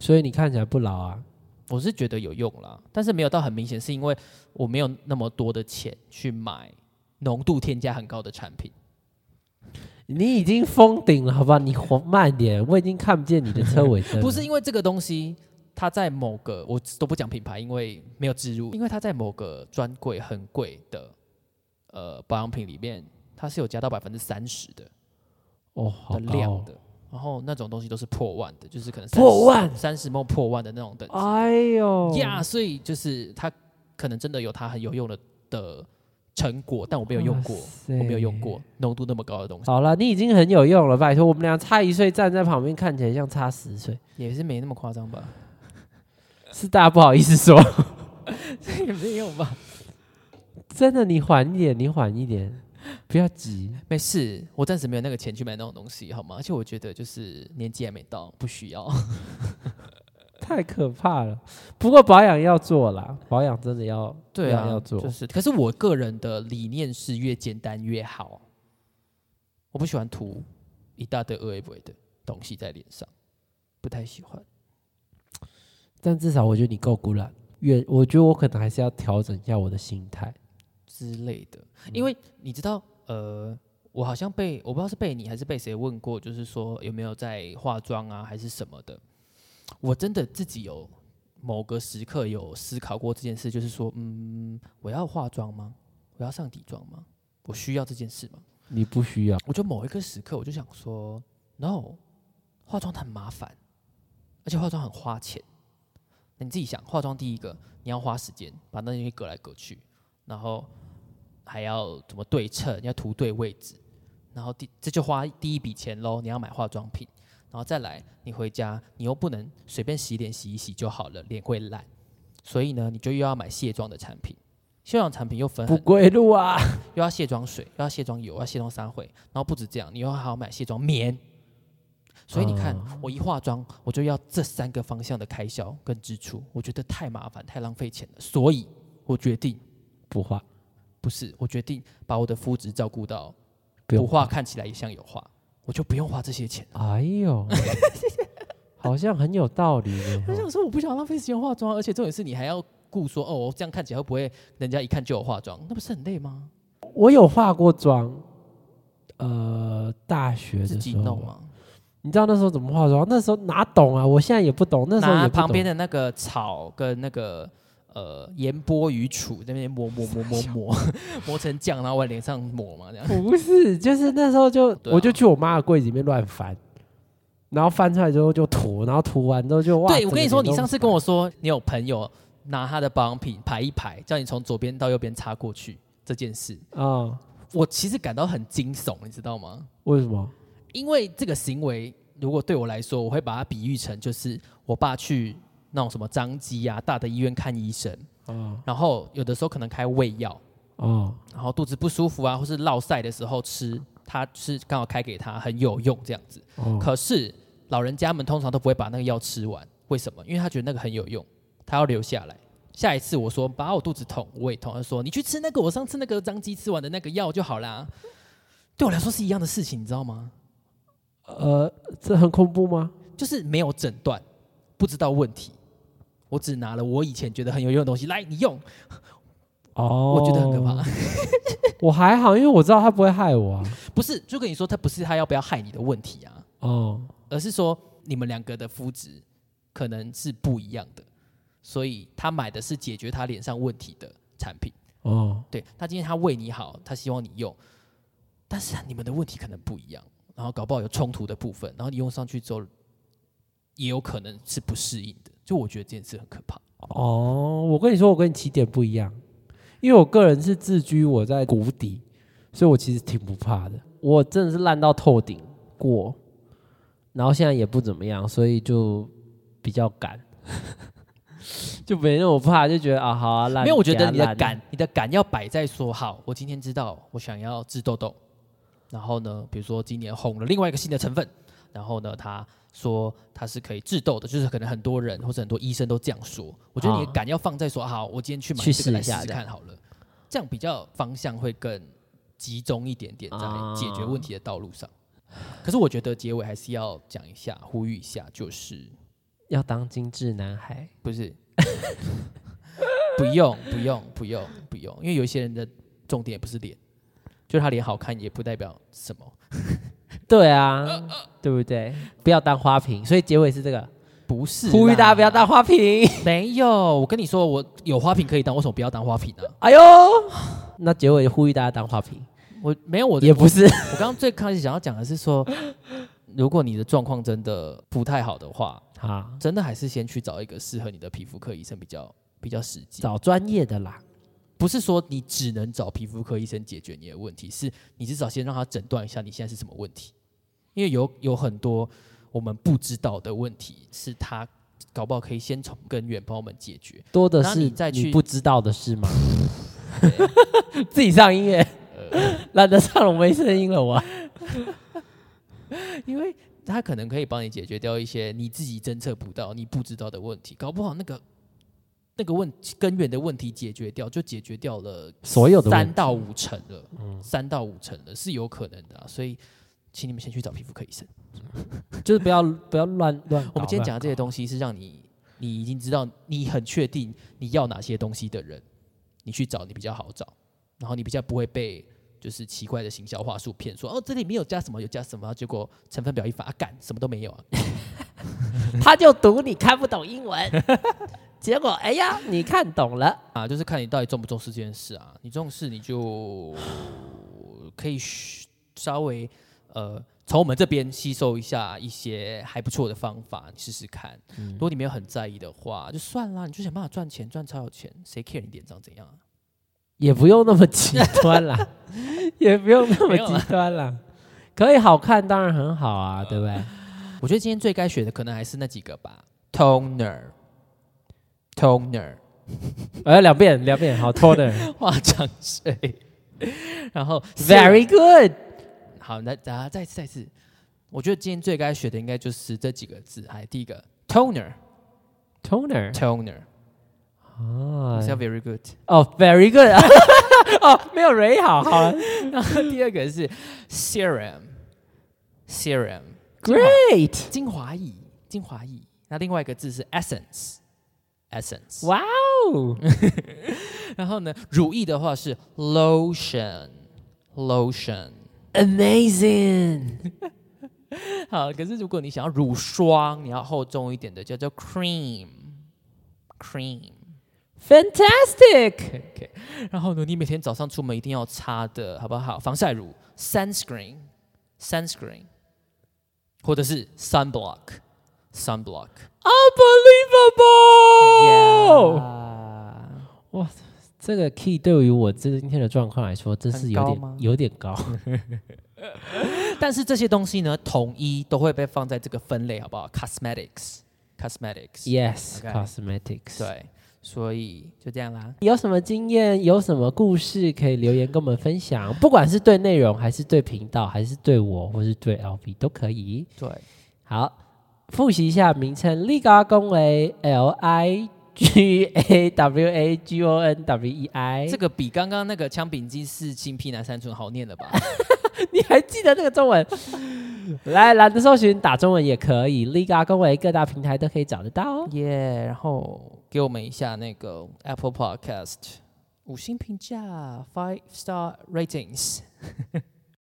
[SPEAKER 3] 所以你看起来不老啊。
[SPEAKER 1] 我是觉得有用啦，但是没有到很明显，是因为我没有那么多的钱去买浓度添加很高的产品。
[SPEAKER 3] 你已经封顶了，好吧？你缓慢点，我已经看不见你的车尾灯 了。
[SPEAKER 1] 不是因为这个东西，它在某个我都不讲品牌，因为没有植入，因为它在某个专柜很贵的呃保养品里面，它是有加到百分之三十的
[SPEAKER 3] 哦，好
[SPEAKER 1] 的
[SPEAKER 3] 高
[SPEAKER 1] 量
[SPEAKER 3] 哦
[SPEAKER 1] 的。然后那种东西都是破万的，就是可能
[SPEAKER 3] 破万
[SPEAKER 1] 三十梦破万哦的那种等级。
[SPEAKER 3] 哎呦，
[SPEAKER 1] 呀所以就是它可能真的有它很有用的的成果，但我没有用过
[SPEAKER 3] 哇，塞
[SPEAKER 1] 我没有用过浓度那么高的东西，
[SPEAKER 3] 好了，你已经很有用了，拜托，我们俩差一岁，站在旁边看起来像差十岁，
[SPEAKER 1] 也是没那么夸张吧？
[SPEAKER 3] 是大家不好意思说。
[SPEAKER 1] 也没有吧？
[SPEAKER 3] 真的，你缓一点，你缓一点，不要急。
[SPEAKER 1] 没事，我暂时没有那个钱去买那种东西，好吗？而且我觉得就是年纪还没到，不需 要。
[SPEAKER 3] 太可怕了。不过保养要做啦，保养真的要
[SPEAKER 1] 对
[SPEAKER 3] 要
[SPEAKER 1] 啊，
[SPEAKER 3] 要做
[SPEAKER 1] 就是，可是我个人的理念是越简单越好，我不喜欢涂一大堆恶不为的东西在脸上，不太喜欢。
[SPEAKER 3] 但至少我觉得你够孤懒。越我觉得我可能还是要调整一下我的心态。
[SPEAKER 1] 之类的。因为你知道，呃，我好像被我不知道是被你还是被谁问过，就是说有没有在化妆啊，还是什么的。我真的自己有某个时刻有思考过这件事，就是说，嗯，我要化妆吗？我要上底妆吗？我需要这件事吗？
[SPEAKER 3] 你不需要
[SPEAKER 1] 我就某一个时刻，我就想说，no，化妆很麻烦，而且化妆很花钱，那你自己想，化妆第一个你要花时间把那些隔来隔去，然后还要怎么对称，要图对位置，然后第这就花第一笔钱喽。你要买化妆品，然后再来你回家，你又不能随便洗脸洗一洗就好了，脸会烂，所以呢，你就又要买卸妆的产品。卸妆产品又分
[SPEAKER 3] 不
[SPEAKER 1] 很
[SPEAKER 3] 归路啊！
[SPEAKER 1] 又要卸妆水，又要卸妆油，又要卸妆三回，然后不止这样，你又还要买卸妆棉。所以你看，
[SPEAKER 3] 哦
[SPEAKER 1] 我一化妆，我就要这三个方向的开销跟支出，我觉得太麻烦，太浪费钱了。所以我决定，
[SPEAKER 3] 不画，
[SPEAKER 1] 不是，我决定把我的肤质照顾到
[SPEAKER 3] 不用
[SPEAKER 1] 不化。看起来也像有化，我就不用花这些钱。
[SPEAKER 3] 哎呦，好像很有道理呢。
[SPEAKER 1] 我想说，我不想浪费时间化妆，而且重点是你还要顾说，哦，我这样看起来会不会人家一看就有化妆，那不是很累吗？
[SPEAKER 3] 我有化过妆，呃，大学
[SPEAKER 1] 自
[SPEAKER 3] 的
[SPEAKER 1] 己
[SPEAKER 3] 时候
[SPEAKER 1] 弄啊
[SPEAKER 3] 吧，
[SPEAKER 1] 嘛，
[SPEAKER 3] 你知道那时候怎么化妆？那时候哪懂啊？我现在也不懂，那时候也
[SPEAKER 1] 拿
[SPEAKER 3] 不懂
[SPEAKER 1] 旁边的那个草跟那个呃盐波鱼杵在那边磨磨磨磨 磨 磨成酱，然后往脸上抹嘛，这 样。
[SPEAKER 3] 不是，就是那时候就、
[SPEAKER 1] 对啊
[SPEAKER 3] 我就去我妈的柜子里面乱翻，然后翻出来之后就涂，然后涂完之后就哇。
[SPEAKER 1] 对，我跟你说，
[SPEAKER 3] 整
[SPEAKER 1] 你
[SPEAKER 3] 个脸都
[SPEAKER 1] 上次跟我说你有朋友拿他的保养品排一排，叫你从左边到右边擦过去这件事，
[SPEAKER 3] 啊、
[SPEAKER 1] 我其实感到很惊悚，你知道吗？
[SPEAKER 3] 为什么？
[SPEAKER 1] 因为这个行为，如果对我来说，我会把它比喻成就是我爸去那种什么张机啊大的医院看医生，
[SPEAKER 3] 哦
[SPEAKER 1] 然后有的时候可能开胃药，
[SPEAKER 3] 哦
[SPEAKER 1] 然后肚子不舒服啊，或是落晒的时候吃，他是刚好开给他很有用这样子。
[SPEAKER 3] 哦，
[SPEAKER 1] 可是老人家们通常都不会把那个药吃完，为什么？因为他觉得那个很有用，他要留下来。下一次我说把我肚子痛，我也痛，他说你去吃那个我上次那个张鸡吃完的那个药就好啦。对我来说是一样的事情，你知道吗？
[SPEAKER 3] 呃，这很恐怖吗？
[SPEAKER 1] 就是没有诊断，不知道问题，我只拿了我以前觉得很有用的东西来你用，
[SPEAKER 3] 哦，
[SPEAKER 1] 我觉得很可怕。
[SPEAKER 3] 我还好，因为我知道他不会害我啊。
[SPEAKER 1] 不是，就跟你说，他不是他要不要害你的问题啊，
[SPEAKER 3] 哦，
[SPEAKER 1] 而是说你们两个的肤质可能是不一样的，所以他买的是解决他脸上问题的产品。
[SPEAKER 3] 哦，
[SPEAKER 1] 对他今天他为你好，他希望你用，但是啊你们的问题可能不一样，啊然后搞不好有冲突的部分，然后你用上去之后，也有可能是不适应的。就我觉得这件事很可怕。
[SPEAKER 3] 哦，我跟你说，我跟你起点不一样，因为我个人是自居我在谷底，所以我其实挺不怕的。我真的是烂到透顶过，然后现在也不怎么样，所以就比较敢， 就没那么怕，就觉得啊，好啊，烂。
[SPEAKER 1] 没有，我觉
[SPEAKER 3] 给
[SPEAKER 1] 得
[SPEAKER 3] 他
[SPEAKER 1] 你的
[SPEAKER 3] 烂
[SPEAKER 1] 感，你的感要摆在说，好，我今天知道我想要治痘痘，然后呢，比如说今年红了另外一个新的成分，然后呢，他说它是可以治痘的，就是可能很多人或者很多医生都这样说。我觉得你的
[SPEAKER 3] 啊
[SPEAKER 1] 感要放在说，好，我今天去买
[SPEAKER 3] 去
[SPEAKER 1] 这个来
[SPEAKER 3] 试
[SPEAKER 1] 试
[SPEAKER 3] 一下
[SPEAKER 1] 试
[SPEAKER 3] 这
[SPEAKER 1] 看好了，这样比较方向会更集中一点点在
[SPEAKER 3] 啊
[SPEAKER 1] 解决问题的道路上。可是我觉得结尾还是要讲一下，呼吁一下，就是
[SPEAKER 3] 要当精致男孩。
[SPEAKER 1] 不是， 不用，不用，不用，不用，因为有一些人的重点也不是脸，就是他脸好看也不代表什么，
[SPEAKER 3] 对啊，对不对？不要当花瓶，所以结尾是这个，
[SPEAKER 1] 不是啦。
[SPEAKER 3] 呼吁大家不要当花瓶。
[SPEAKER 1] 没有，我跟你说，我有花瓶可以当，为什么不要当花瓶啊呢、
[SPEAKER 3] 哎呦， 那结尾呼吁大家当花瓶，
[SPEAKER 1] 我没有，我
[SPEAKER 3] 也
[SPEAKER 1] 我
[SPEAKER 3] 不是。
[SPEAKER 1] 刚刚最开始想要讲的是说，如果你的状况真的不太好的话，
[SPEAKER 3] 啊，
[SPEAKER 1] 真的还是先去找一个适合你的皮肤科医生比较比较实际。
[SPEAKER 3] 找专业的啦。
[SPEAKER 1] 不是说你只能找皮肤科医生解决你的问题，是你至少先让他诊断一下你现在是什么问题，因为有有很多我们不知道的问题，是他搞不好可以先从根源帮我们解决。
[SPEAKER 3] 多的
[SPEAKER 1] 然后
[SPEAKER 3] 是
[SPEAKER 1] 你再去
[SPEAKER 3] 你不知道的事吗？ 自己上音乐，懒得上了，我没声音了我。
[SPEAKER 1] 因为他可能可以帮你解决掉一些你自己侦测不到、你不知道的问题，搞不好那个那个问根源的问题解决掉，就解决掉了
[SPEAKER 3] 所有的问
[SPEAKER 1] 三
[SPEAKER 3] 题
[SPEAKER 1] 到五成了，三到五成了是有可能的啊、所以请你们先去找皮肤科医生。
[SPEAKER 3] 就是不要不要乱乱搞。
[SPEAKER 1] 我们今天讲的这些
[SPEAKER 3] 乱搞
[SPEAKER 1] 东西是让你，你已经知道你很确定你要哪些东西的人，你去找你比较好找，然后你比较不会被就是奇怪的行销话术骗，说哦这里面有加什么有加什么，结果成分表一发，啊干、什么都没有啊。
[SPEAKER 3] 他就读你看不懂英文， 结果哎呀，你看懂了。
[SPEAKER 1] 啊，就是看你到底重不重视这件事啊。你重视，你就可以嘘稍微呃从我们这边吸收一下一些还不错的方法，你试试看。如果你没有很在意的话，就算啦，你就想办法赚钱，赚超有钱，谁 care 你脸长怎样啊？
[SPEAKER 3] 也不用那么极端啦， 也不用那么
[SPEAKER 1] 没有啦
[SPEAKER 3] 极端啦，可以好看当然很好啊，对不对？
[SPEAKER 1] 我觉得今天最该学的可能还是那几个吧，toner。toner
[SPEAKER 3] 呃，两遍两遍，好 toner，very
[SPEAKER 1] 化妆水， 然后
[SPEAKER 3] good，
[SPEAKER 1] 好，那大家再一次再一次，我觉得今天最该学的应该就是这几个字，还有第一个 toner
[SPEAKER 3] toner
[SPEAKER 1] toner，
[SPEAKER 3] 啊
[SPEAKER 1] 是要 very good。
[SPEAKER 3] 哦，very good，哦，没有 very 好，好了
[SPEAKER 1] 然后第二个是 serum serum
[SPEAKER 3] ，great，
[SPEAKER 1] 精华液精华液，那另外一个字是 essence essence。
[SPEAKER 3] 哇哦，
[SPEAKER 1] 然后呢，乳液的话是 lotion lotion。
[SPEAKER 3] Amazing！
[SPEAKER 1] 好，可是如果你想要乳霜，你要厚重一点的，叫做 cream cream。
[SPEAKER 3] Fantastic！
[SPEAKER 1] OK，然后呢，你每天早上出门一定要擦的好不好？防晒乳 sunscreen sunscreen，或者是 sunblock sunblock。
[SPEAKER 3] Unbelievable！
[SPEAKER 1] Yeah
[SPEAKER 3] 这个 key 对于我今天的状况来说，真是有
[SPEAKER 1] 很高吗
[SPEAKER 3] 点有点 高。
[SPEAKER 1] 但是这些东西呢，统一都会被放在这个分类，好不好？cosmetics cosmetics。
[SPEAKER 3] Yes,
[SPEAKER 1] Okay
[SPEAKER 3] cosmetics。，
[SPEAKER 1] 对，所以就这样啦。
[SPEAKER 3] 有什么经验，有什么故事可以留言跟我们分享，不管是对内容，还是对频道，还是对我，或是对 LV 都可以。
[SPEAKER 1] 对，
[SPEAKER 3] 好，复习一下名称：立高恭维 L I G A W A G O N W E I。
[SPEAKER 1] 这个比刚刚那个枪柄机是青皮南山村好念的吧？
[SPEAKER 3] 你还记得那个中文？ 来，懒得搜寻打中文也可以，Liga 公维各大平台都可以找得到哦。
[SPEAKER 1] 耶然后给我们一下那个 Apple Podcast 五星评价，five star ratings。